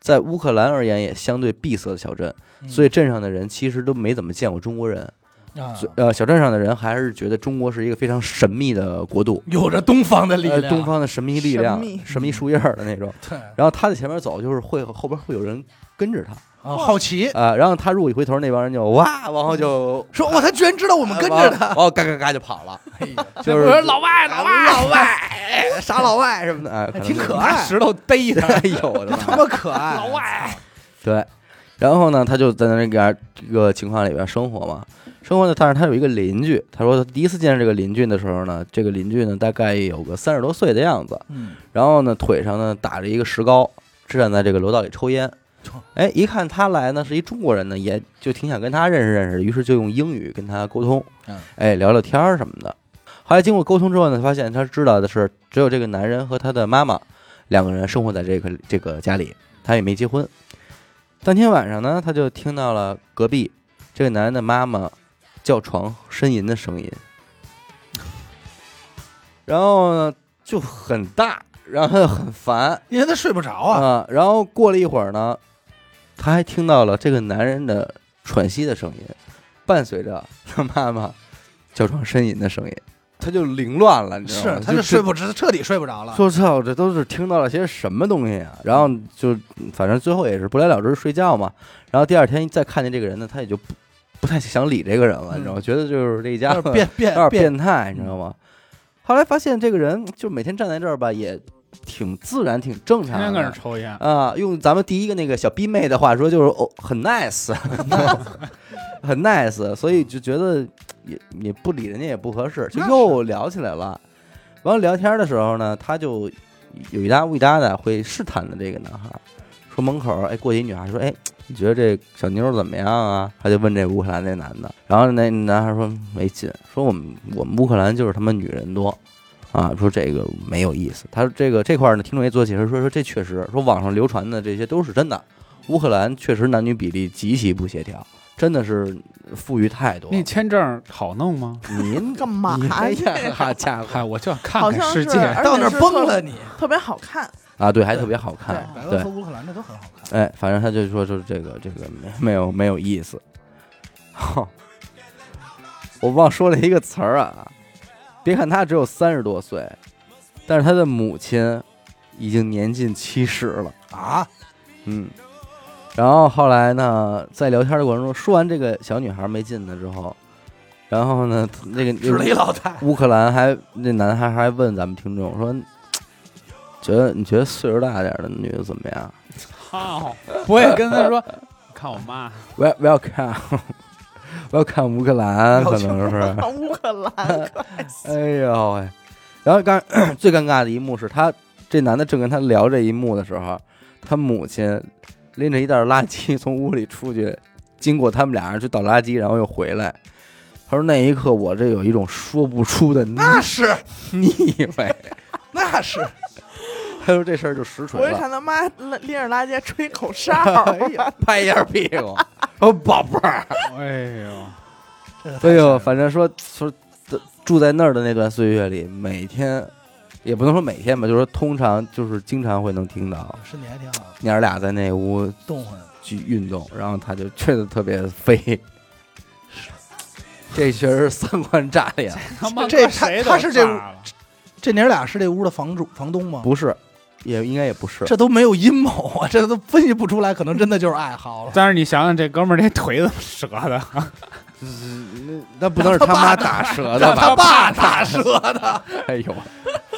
Speaker 1: 在乌克兰而言也相对闭塞的小镇，
Speaker 2: 嗯
Speaker 1: 所以镇上的人其实都没怎么见过中国人。
Speaker 2: 啊
Speaker 1: 所以呃，小镇上的人还是觉得中国是一个非常神秘的国度，
Speaker 2: 有着东方的力
Speaker 1: 呃
Speaker 2: 量，，
Speaker 1: 东方的神秘力量
Speaker 3: 神秘，
Speaker 1: 神秘树叶儿的那种。
Speaker 2: 对，
Speaker 1: 然后他在前面走，就是会后边会有人跟着他
Speaker 2: 啊好奇
Speaker 1: 啊、然后他如果一回头，那帮人就哇，然后就
Speaker 2: 说，哦哇，他居然知 道我
Speaker 1: 我
Speaker 2: 们跟着他，
Speaker 1: 他，哦，嘎嘎嘎就跑了，
Speaker 2: 哎呀
Speaker 1: 就
Speaker 4: 我
Speaker 1: 是
Speaker 4: 说老外，老外，老外，
Speaker 1: 哎傻老外什 么的，哎，
Speaker 2: 还
Speaker 1: 能
Speaker 2: 挺可
Speaker 1: 就
Speaker 2: 爱，
Speaker 4: 石头逮他，
Speaker 1: 哎呦我的
Speaker 2: 他
Speaker 1: 妈！
Speaker 2: 妈可爱，
Speaker 4: 老外，
Speaker 1: 对，然后呢，他就在那个这个情况里边生活嘛，生活呢，但是他有一个邻居，他说他第一次见这个邻居的时候呢，这个邻居呢大概有个三十多岁的样子，
Speaker 2: 嗯，
Speaker 1: 然后呢，腿上呢打着一个石膏，站在这个楼道里抽烟
Speaker 2: 抽。
Speaker 1: 哎，一看他来呢是一中国人呢，也就挺想跟他认识认识，于是就用英语跟他沟通
Speaker 2: 嗯，
Speaker 1: 哎，聊聊天儿什么的。后来经过沟通之后呢，发现他知道的是，只有这个男人和他的妈妈两个人生活在这个这个家里，他也没结婚。当天晚上呢，他就听到了隔壁这个男人的妈妈叫床呻吟的声音，然后呢就很大，然后很烦，
Speaker 2: 因为他睡不着啊，
Speaker 1: 啊、然后过了一会儿呢，他还听到了这个男人的喘息的声音，伴随着他妈妈叫床呻吟的声音，他就凌乱了，你知道
Speaker 2: 是
Speaker 1: 吗？，
Speaker 2: 他就
Speaker 1: 就
Speaker 2: 睡不着，彻底睡不着了，
Speaker 1: 说操，这都是听到了些什么东西啊？然后就反正最后也是不了了之睡觉嘛。然后第二天再看见这个人呢，他也就不不太想理这个人了，你知道吗？觉得就是这一家
Speaker 2: 有
Speaker 1: 伙
Speaker 2: 嗯点变嗯
Speaker 1: 有点
Speaker 2: 变变，
Speaker 1: 变态，你知道吗？后来发现这个人就每天站在这儿吧，也挺自然、挺正
Speaker 4: 天天
Speaker 1: 常
Speaker 4: 搁那
Speaker 1: 的。
Speaker 4: 抽烟，
Speaker 1: 啊，用咱们第一个那个小逼妹的话说，就是哦，很 nice，很 nice，所以就觉得也也不理人家也不合适，就
Speaker 4: 那是
Speaker 1: 又聊起来了。完了聊天的时候呢，他就有一搭无一搭的会试探的这个男孩，说门口哎过去一女孩说哎你觉得这小妞怎么样啊？他就问这乌克兰那男的，然后那男孩说没劲，说我们我们乌克兰就是他妈女人多。啊，说这个没有意思。他说这个这块儿呢，听众也做解释说说这确实，说网上流传的这些都是真的。乌克兰确实男女比例极其不协调，真的是富裕太多。
Speaker 4: 那签证好弄吗？
Speaker 1: 您
Speaker 3: 干嘛
Speaker 1: 哎
Speaker 3: 呀
Speaker 1: 呀，好家
Speaker 4: 嗨，
Speaker 1: 伙
Speaker 4: 我就想看
Speaker 3: 好
Speaker 4: 看
Speaker 3: 像
Speaker 4: 世
Speaker 3: 是，
Speaker 4: 界。
Speaker 3: 而
Speaker 2: 到
Speaker 3: 且
Speaker 2: 那儿
Speaker 3: 是
Speaker 2: 崩
Speaker 3: 特
Speaker 2: 了你。
Speaker 3: 特别好看。
Speaker 1: 啊！对，还特别好看。
Speaker 2: 白俄
Speaker 1: 对
Speaker 2: 和，乌克兰这都很好看。
Speaker 1: 哎，反正他就说说这个这个没没有没有意思。哦、我忘说了一个词儿啊，别看他只有三十多岁，但是他的母亲已经年近七十了。
Speaker 2: 啊，
Speaker 1: 嗯，然后后来呢，在聊天的过程中，说完这个小女孩没劲的之后，然后呢，那个
Speaker 2: 指了一老太，
Speaker 1: 乌克兰还那男孩还问咱们听众说，觉得你觉得岁数大点儿的女的怎么样？
Speaker 4: 操！我也跟他说，看我妈，
Speaker 1: 我要我要看， 我要看乌克兰，可能是。
Speaker 3: 乌克兰，
Speaker 1: 哎呦喂！然后刚 最尴尬的一幕是他这男的正跟他聊这一幕的时候，啊他母亲拎着一袋垃圾从屋里出去，经过他们俩人去倒垃圾，然后又回来。他说那一刻我这有一种说不出的腻
Speaker 2: 那是
Speaker 1: 腻味。
Speaker 2: 那是，
Speaker 1: 他说这事儿就实锤
Speaker 3: 我就
Speaker 1: 了，
Speaker 3: 看他妈拎着垃圾吹口哨，
Speaker 1: 哎呀，拍一下屁股，说宝贝儿。
Speaker 4: 哎呦，
Speaker 1: 哎呦， 反正说说这住在那儿的那段岁月里，每天也不能说每天吧，就是说通常就是经常会能听到
Speaker 2: 身体还挺好，
Speaker 1: 娘儿俩在那屋
Speaker 2: 动换。
Speaker 1: 去运动，然后他就确实特别飞。 这确实是三观炸裂，啊
Speaker 4: 他妈
Speaker 2: 这
Speaker 4: 搁谁
Speaker 2: 他
Speaker 4: 都
Speaker 2: 他是这
Speaker 4: 炸了
Speaker 2: 这娘俩是这屋的房主房东吗？
Speaker 1: 不是，也应该也不是。
Speaker 2: 这都没有阴谋啊，这都分析不出来，可能真的就是爱好了。
Speaker 4: 但是你想想，这哥们儿这腿怎么 折的？
Speaker 1: 那不能是他妈打折的
Speaker 2: 让
Speaker 1: 吧？
Speaker 2: 他爸打 折的，
Speaker 1: 哎呦，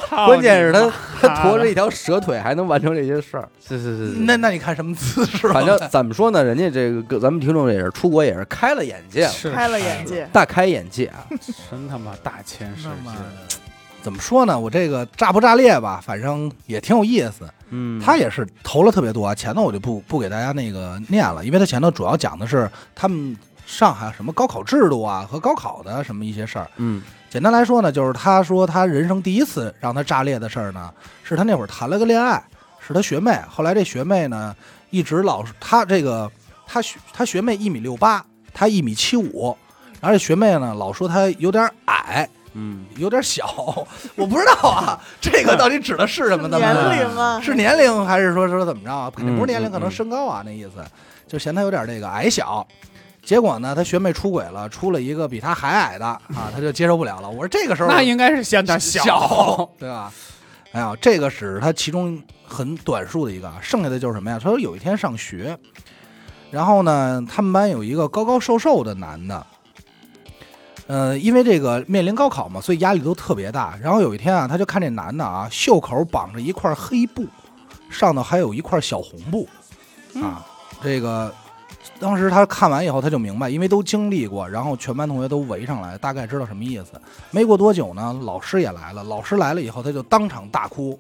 Speaker 4: 操
Speaker 1: 关键是
Speaker 4: 你
Speaker 1: 他
Speaker 4: 妈
Speaker 1: 他驮着一条蛇腿还能完成这些事儿，是是是
Speaker 2: 那那你看什么姿势了？
Speaker 1: 反正怎么说呢，人家这个咱们听众也是出国也是开了眼界了，
Speaker 4: 是
Speaker 3: 开了眼，界。
Speaker 1: 大开眼界啊！
Speaker 4: 是真他妈大千世
Speaker 2: 那么
Speaker 4: 界。
Speaker 2: 怎么说呢？我这个炸不炸裂吧，反正也挺有意思。
Speaker 1: 嗯
Speaker 2: 他也是投了特别多啊，前头我就不不给大家那个念了，因为他前头主要讲的是他们上海什么高考制度啊和高考的什么一些事儿。
Speaker 1: 嗯
Speaker 2: 简单来说呢，就是他说他人生第一次让他炸裂的事儿呢，是他那会儿谈了个恋爱，是他学妹。后来这学妹呢，一直老是他这个他学他学妹一米六八，他一米七五，然后这学妹呢老说他有点矮，
Speaker 1: 嗯，
Speaker 2: 有点小，我不知道啊，这个到底指的是什么？咱们
Speaker 3: 年龄啊，
Speaker 2: 是年龄还是说说怎么着啊？肯定不是年
Speaker 1: 嗯
Speaker 2: 龄，
Speaker 1: 嗯
Speaker 2: 可能身高啊，那意思就嫌他有点这个矮小。结果呢，他学妹出轨了，出了一个比他还矮的啊，他就接受不了了。我说这个时候
Speaker 4: 那应该是嫌他
Speaker 2: 小， 对吧？哎呀，这个是他其中很短数的一个啊，剩下的就是什么呀？他说有一天上学，然后呢，他们班有一个高高瘦瘦的男的，呃，因为这个面临高考嘛，所以压力都特别大。然后有一天啊，他就看这男的啊，袖口绑着一块黑布，上头还有一块小红布，啊，这个当时他看完以后他就明白，因为都经历过，然后全班同学都围上来，大概知道什么意思。没过多久呢，老师也来了，老师来了以后他就当场大哭，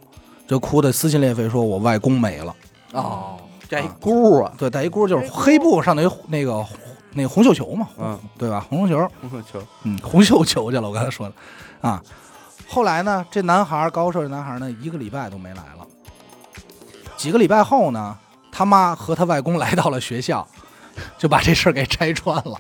Speaker 2: 就哭得撕心裂肺，说我外公没了。
Speaker 1: 哦，
Speaker 2: 带一
Speaker 1: 箍啊，
Speaker 2: 对，带一箍就是黑布上头有那个那个红绣球嘛，
Speaker 1: 嗯，
Speaker 2: 对吧？红绣球，
Speaker 1: 我球，
Speaker 2: 嗯，红绣球去了，我刚才说的啊。后来呢，这男孩儿高瘦这男孩儿呢，一个礼拜都没来了。几个礼拜后呢，他妈和他外公来到了学校，就把这事儿给拆穿了。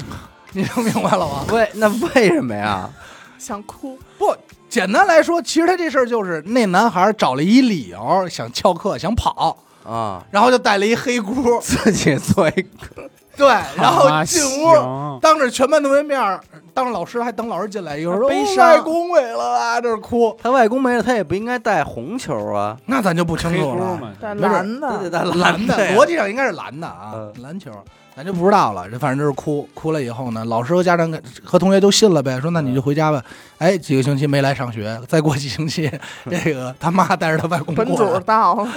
Speaker 2: 你能明白了吗？
Speaker 1: 为那为什么呀？
Speaker 3: 想哭，
Speaker 2: 不，简单来说，其实他这事儿就是那男孩儿找了一理由想翘课，想跑，
Speaker 1: 啊，
Speaker 2: 然后就带了一黑箍，
Speaker 1: 自己做一个
Speaker 2: 对，然后
Speaker 4: 啊
Speaker 2: 进屋
Speaker 4: 行
Speaker 2: 当着全班同学面儿，当着老师还等老师进来，有时候
Speaker 1: 悲
Speaker 2: 哦
Speaker 1: 伤
Speaker 2: 外公没了啊，这儿哭，
Speaker 1: 他外公没了，他也不应该带红球啊，
Speaker 2: 那咱就不清
Speaker 4: 黑
Speaker 2: 楚
Speaker 4: 锅
Speaker 2: 了。
Speaker 4: 嘛，
Speaker 3: 但
Speaker 2: 没准儿
Speaker 3: 蓝
Speaker 1: 都得
Speaker 3: 的，
Speaker 1: 带
Speaker 2: 蓝 的，
Speaker 1: 呀
Speaker 2: 逻辑上应该是蓝的啊，
Speaker 1: 嗯
Speaker 2: 篮球，咱就不知道了。这反正就是哭，哭了以后呢，老师和家长给和同学都信了呗，说那你就回家吧。哎，几个星期没来上学，再过几星期，这个他妈带着他外公
Speaker 3: 本
Speaker 2: 过
Speaker 3: 主
Speaker 2: 来，
Speaker 3: 到了，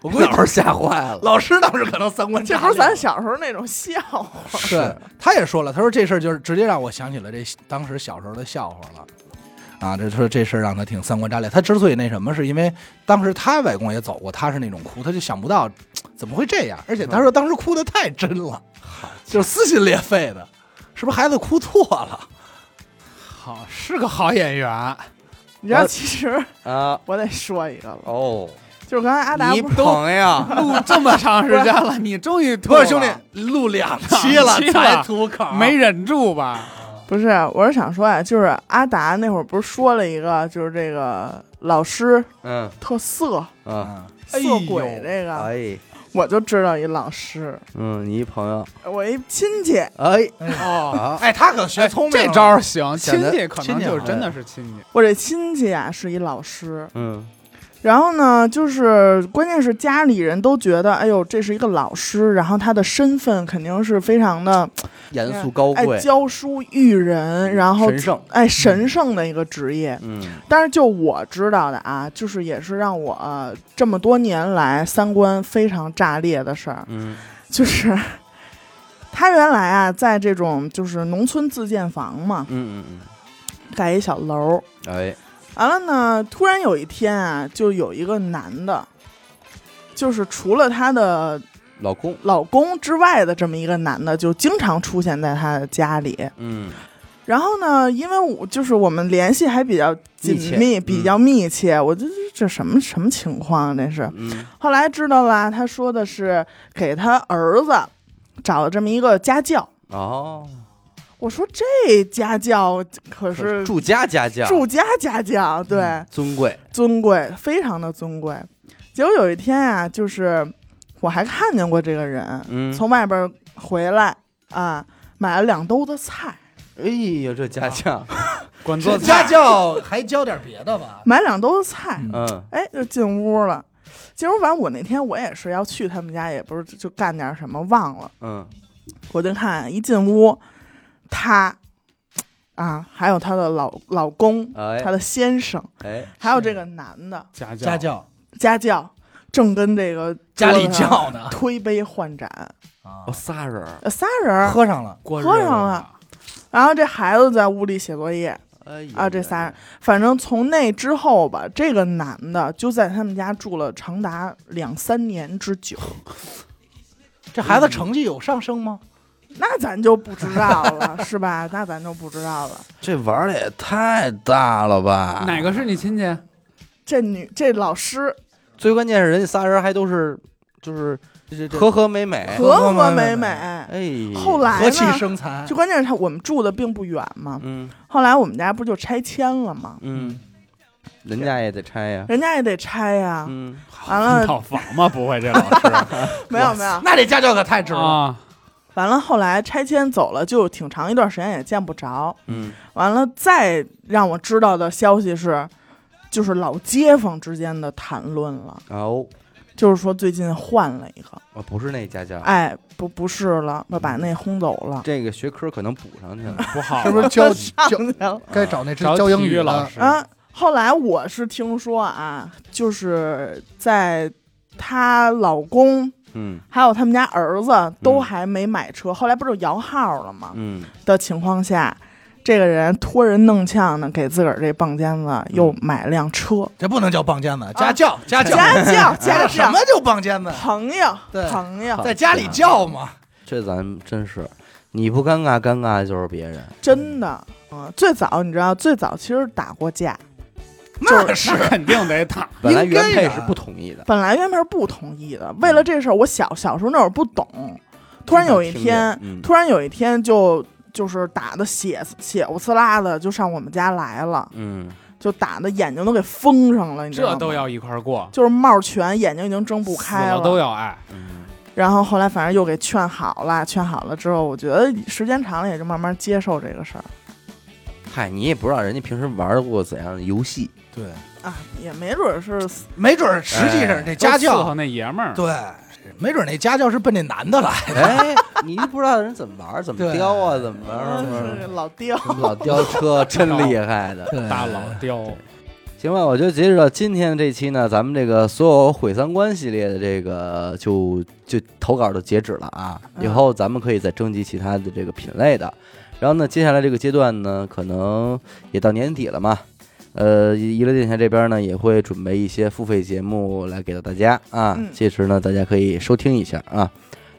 Speaker 2: 我估计
Speaker 1: 老师吓坏了。
Speaker 2: 老师当时可能三观
Speaker 3: 这
Speaker 2: 炸
Speaker 3: 不是
Speaker 2: 裂
Speaker 3: 咱小时候那种笑话。
Speaker 2: 对，他也说了，他说这事儿就是直接让我想起了这当时小时候的笑话了。啊，这说这事儿让他挺三观炸裂。他之所以那什么，是因为当时他外公也走过，他是那种哭，他就想不到嘖怎么会这样。而且他说当时哭的太真了，就是撕心裂肺的，是不是孩子哭错了？
Speaker 4: 好是个好演员，
Speaker 3: 你知道，其实
Speaker 1: 啊
Speaker 3: 我得说一个了，
Speaker 1: 哦，
Speaker 3: 就是刚才阿达
Speaker 1: 你
Speaker 3: 不是
Speaker 1: 朋友，
Speaker 4: 录这么长时间了，你终于
Speaker 2: 不
Speaker 4: 脱
Speaker 2: 是兄
Speaker 4: 了
Speaker 2: 弟，录两
Speaker 1: 啊
Speaker 2: 期
Speaker 4: 两
Speaker 2: 了
Speaker 4: 期
Speaker 2: 才
Speaker 4: 了
Speaker 2: 吐口，
Speaker 4: 没忍住吧？
Speaker 3: 不是，我是想说啊，就是阿达那会儿不是说了一个，就是这个老师
Speaker 1: 嗯
Speaker 3: 特色
Speaker 1: 啊，
Speaker 2: 啊
Speaker 3: 色鬼这个，
Speaker 1: 哎，
Speaker 3: 我就知道一老师，
Speaker 1: 嗯，你一朋友，
Speaker 3: 我一亲戚，
Speaker 1: 哎，
Speaker 4: 哦，
Speaker 1: 啊，
Speaker 2: 哎，他可学聪明了，
Speaker 4: 这招儿行，
Speaker 1: 显
Speaker 4: 亲
Speaker 1: 得
Speaker 4: 戚可
Speaker 2: 亲
Speaker 4: 能
Speaker 2: 戚
Speaker 4: 就
Speaker 2: 好
Speaker 4: 真的是亲戚。
Speaker 3: 我这亲戚啊是一老师，
Speaker 1: 嗯
Speaker 3: 然后呢，就是关键是家里人都觉得，哎呦，这是一个老师，然后他的身份肯定是非常的
Speaker 1: 严肃高
Speaker 3: 哎
Speaker 1: 贵，
Speaker 3: 教书育人，然后
Speaker 1: 神圣，
Speaker 3: 哎神圣的一个职业。
Speaker 1: 嗯
Speaker 3: 但是就我知道的啊，就是也是让我、呃这么多年来三观非常炸裂的事儿，
Speaker 1: 嗯
Speaker 3: 就是 他原来啊在这种就是农村自建房嘛，
Speaker 1: 嗯嗯
Speaker 3: 盖一小楼，
Speaker 1: 嗯，哎，
Speaker 3: 完了呢，突然有一天啊，就有一个男的，就是除了她的
Speaker 1: 老公，
Speaker 3: 老公之外的这么一个男的，就经常出现在她的家里。
Speaker 1: 嗯
Speaker 3: 然后呢，因为我就是我们联系还比较紧
Speaker 1: 密切
Speaker 3: 密，
Speaker 1: 嗯
Speaker 3: 比较密切，我就这什么什么情况啊这是？
Speaker 1: 嗯
Speaker 3: 后来知道啦，他说的是给他儿子找了这么一个家教。
Speaker 1: 哦，
Speaker 3: 我说这家教可是
Speaker 1: 住家家教，
Speaker 3: 住家家教，对。
Speaker 1: 尊贵，
Speaker 3: 尊贵，非常的尊贵。结果有一天啊，就是我还看见过这个人、
Speaker 1: 嗯，
Speaker 3: 从外边回来啊，买了两兜子菜，
Speaker 1: 哎呦，这家教，
Speaker 4: 管
Speaker 2: 这
Speaker 4: 做
Speaker 2: 家
Speaker 4: 菜，
Speaker 2: 教还教点别的吧？
Speaker 3: 买两兜子菜，
Speaker 2: 嗯
Speaker 1: 嗯
Speaker 3: 哎，就进屋了。进屋完，我那天我也是要去他们家，也不是就干点什么忘了，
Speaker 1: 嗯，
Speaker 3: 我就看一进屋，他啊，还有她的老老公，
Speaker 1: 哎
Speaker 3: 她的先生，
Speaker 1: 哎，
Speaker 3: 还有这个男的
Speaker 4: 家教，
Speaker 2: 家教
Speaker 3: 家教，正跟这个
Speaker 2: 家里
Speaker 3: 桌子上
Speaker 2: 教呢
Speaker 3: 推杯换盏，
Speaker 2: 啊
Speaker 1: 哦，仨人儿，
Speaker 3: 呃，仨人儿，
Speaker 2: 喝上了，
Speaker 4: 喝
Speaker 3: 喝上
Speaker 4: 啊
Speaker 3: 了，然后这孩子在屋里写作业。
Speaker 1: 哎呀
Speaker 3: 啊这仨人，反正从那之后吧，这个男的就在他们家住了长达两三年之久，
Speaker 2: 这孩子成绩有上升吗？
Speaker 3: 那咱就不知道了，是吧？那咱就不知道了。
Speaker 1: 这玩的也太大了
Speaker 3: 啊
Speaker 1: 吧？
Speaker 4: 哪个是 你亲戚？
Speaker 3: 这女这老师
Speaker 1: 最关键是人家仨人还都是就是和和美美，
Speaker 2: 和
Speaker 3: 和和
Speaker 2: 美美
Speaker 3: 美，
Speaker 1: 哎，
Speaker 3: 后来
Speaker 2: 和气
Speaker 3: 呢？
Speaker 2: 生财，
Speaker 3: 啊就关键是他我们住的并不远嘛，
Speaker 1: 嗯
Speaker 3: 后来我们家不就拆迁了吗？
Speaker 1: 嗯，人家也得拆呀，
Speaker 3: 人家也得拆呀、
Speaker 1: 嗯，
Speaker 3: 完 了
Speaker 4: 套房吗？不会，这老师
Speaker 3: 没有没有，
Speaker 2: 那这家教可太值了。
Speaker 4: 啊，
Speaker 3: 完了后来拆迁走了，就挺长一段时间也见不着。
Speaker 1: 嗯，
Speaker 3: 完了，再让我知道的消息是，就是老街坊之间的谈论了，
Speaker 1: 哦，
Speaker 3: 就是说最近换了一个，
Speaker 1: 我哦不是那家教，
Speaker 3: 哎，不不是了，把把那轰走了，
Speaker 1: 这个学科可能补上去了，
Speaker 4: 不好，
Speaker 2: 是不是教
Speaker 3: 上
Speaker 2: 教
Speaker 3: 去了
Speaker 2: 该找那只
Speaker 4: 啊找
Speaker 2: 教英
Speaker 4: 体
Speaker 2: 语
Speaker 4: 育
Speaker 2: 的
Speaker 4: 老？师？
Speaker 3: 啊。后来我是听说啊，就是在她老公
Speaker 1: 嗯
Speaker 3: 还有他们家儿子都
Speaker 1: 嗯
Speaker 3: 还没买车，后来不是就摇号了吗？
Speaker 1: 嗯，
Speaker 3: 的情况下。这个人托人弄呛呢，给自个儿这棒尖子又买辆车，
Speaker 2: 这不能叫棒尖子，家
Speaker 4: 啊
Speaker 2: 教家教
Speaker 3: 啊家教
Speaker 2: 家
Speaker 3: 家
Speaker 2: 教 什
Speaker 3: 教
Speaker 2: 么叫棒尖子？
Speaker 3: 朋友，
Speaker 2: 嗯对
Speaker 3: 朋友，
Speaker 2: 在家里教嘛，
Speaker 1: 这咱真是你不尴尬，尴尬的就是别人，
Speaker 3: 真的，嗯，最早你知道，最早其实打过架，
Speaker 2: 那是
Speaker 4: 那肯定得打，
Speaker 1: 本来原
Speaker 2: 应该
Speaker 1: 配
Speaker 2: 的
Speaker 1: 是不同意的，
Speaker 3: 本来原本不同意的，为了这事儿，我小小时候那会儿不懂，突然有一天，
Speaker 1: 嗯，
Speaker 3: 突然有一天就就是打的血血不呲啦的，就上我们家来了，
Speaker 1: 嗯，
Speaker 3: 就打的眼睛都给封上了，你知道
Speaker 4: 这
Speaker 3: 吗？
Speaker 4: 都要一块儿过，
Speaker 3: 就是帽全，眼睛已经睁不
Speaker 4: 死
Speaker 3: 开
Speaker 4: 了都要爱。
Speaker 1: 嗯
Speaker 3: 然后后来反正又给劝好了，劝好了之后，我觉得时间长了也就慢慢接受这个事儿
Speaker 1: 嗨，你也不知道人家平时玩过怎样的游 戏，
Speaker 2: 对，
Speaker 3: 啊，也没准儿是
Speaker 2: 没准儿实际上这家
Speaker 4: 哎都伺
Speaker 2: 教
Speaker 4: 候，那爷们儿，
Speaker 2: 对，没准儿那家教是奔这男的来的。
Speaker 1: 哎，你就不知道人怎么玩，怎么
Speaker 2: 对
Speaker 1: 叼啊，怎么
Speaker 3: 呃
Speaker 1: 玩，
Speaker 3: 是老刁，
Speaker 1: 老叼 车，真厉害的。
Speaker 2: 对
Speaker 4: 大老刁，
Speaker 1: 行吧，我就截止到今天这期呢，咱们这个所有毁三观系列的这个就就投稿就截止了啊，
Speaker 3: 嗯
Speaker 1: 以后咱们可以再征集其他的这个品类的。然后呢，接下来这个阶段呢，可能也到年底了嘛，呃，娱乐电台这边呢也会准备一些付费节目来给到大家啊
Speaker 3: 嗯，
Speaker 1: 届时呢大家可以收听一下啊。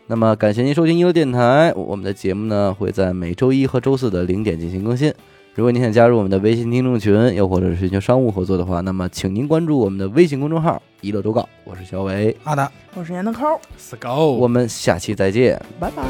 Speaker 1: 那么感谢您收听娱乐电台，我们的节目呢会在每周一和周四的零点进行更新。如果您想加入我们的微信听众群，又或者是寻求商务合作的话，那么请您关注我们的微信公众号“一乐周告”，我是小伟，
Speaker 2: 阿达，
Speaker 3: 我是闫德抠儿，
Speaker 4: 死狗，
Speaker 1: 我们下期再见。
Speaker 3: 拜拜。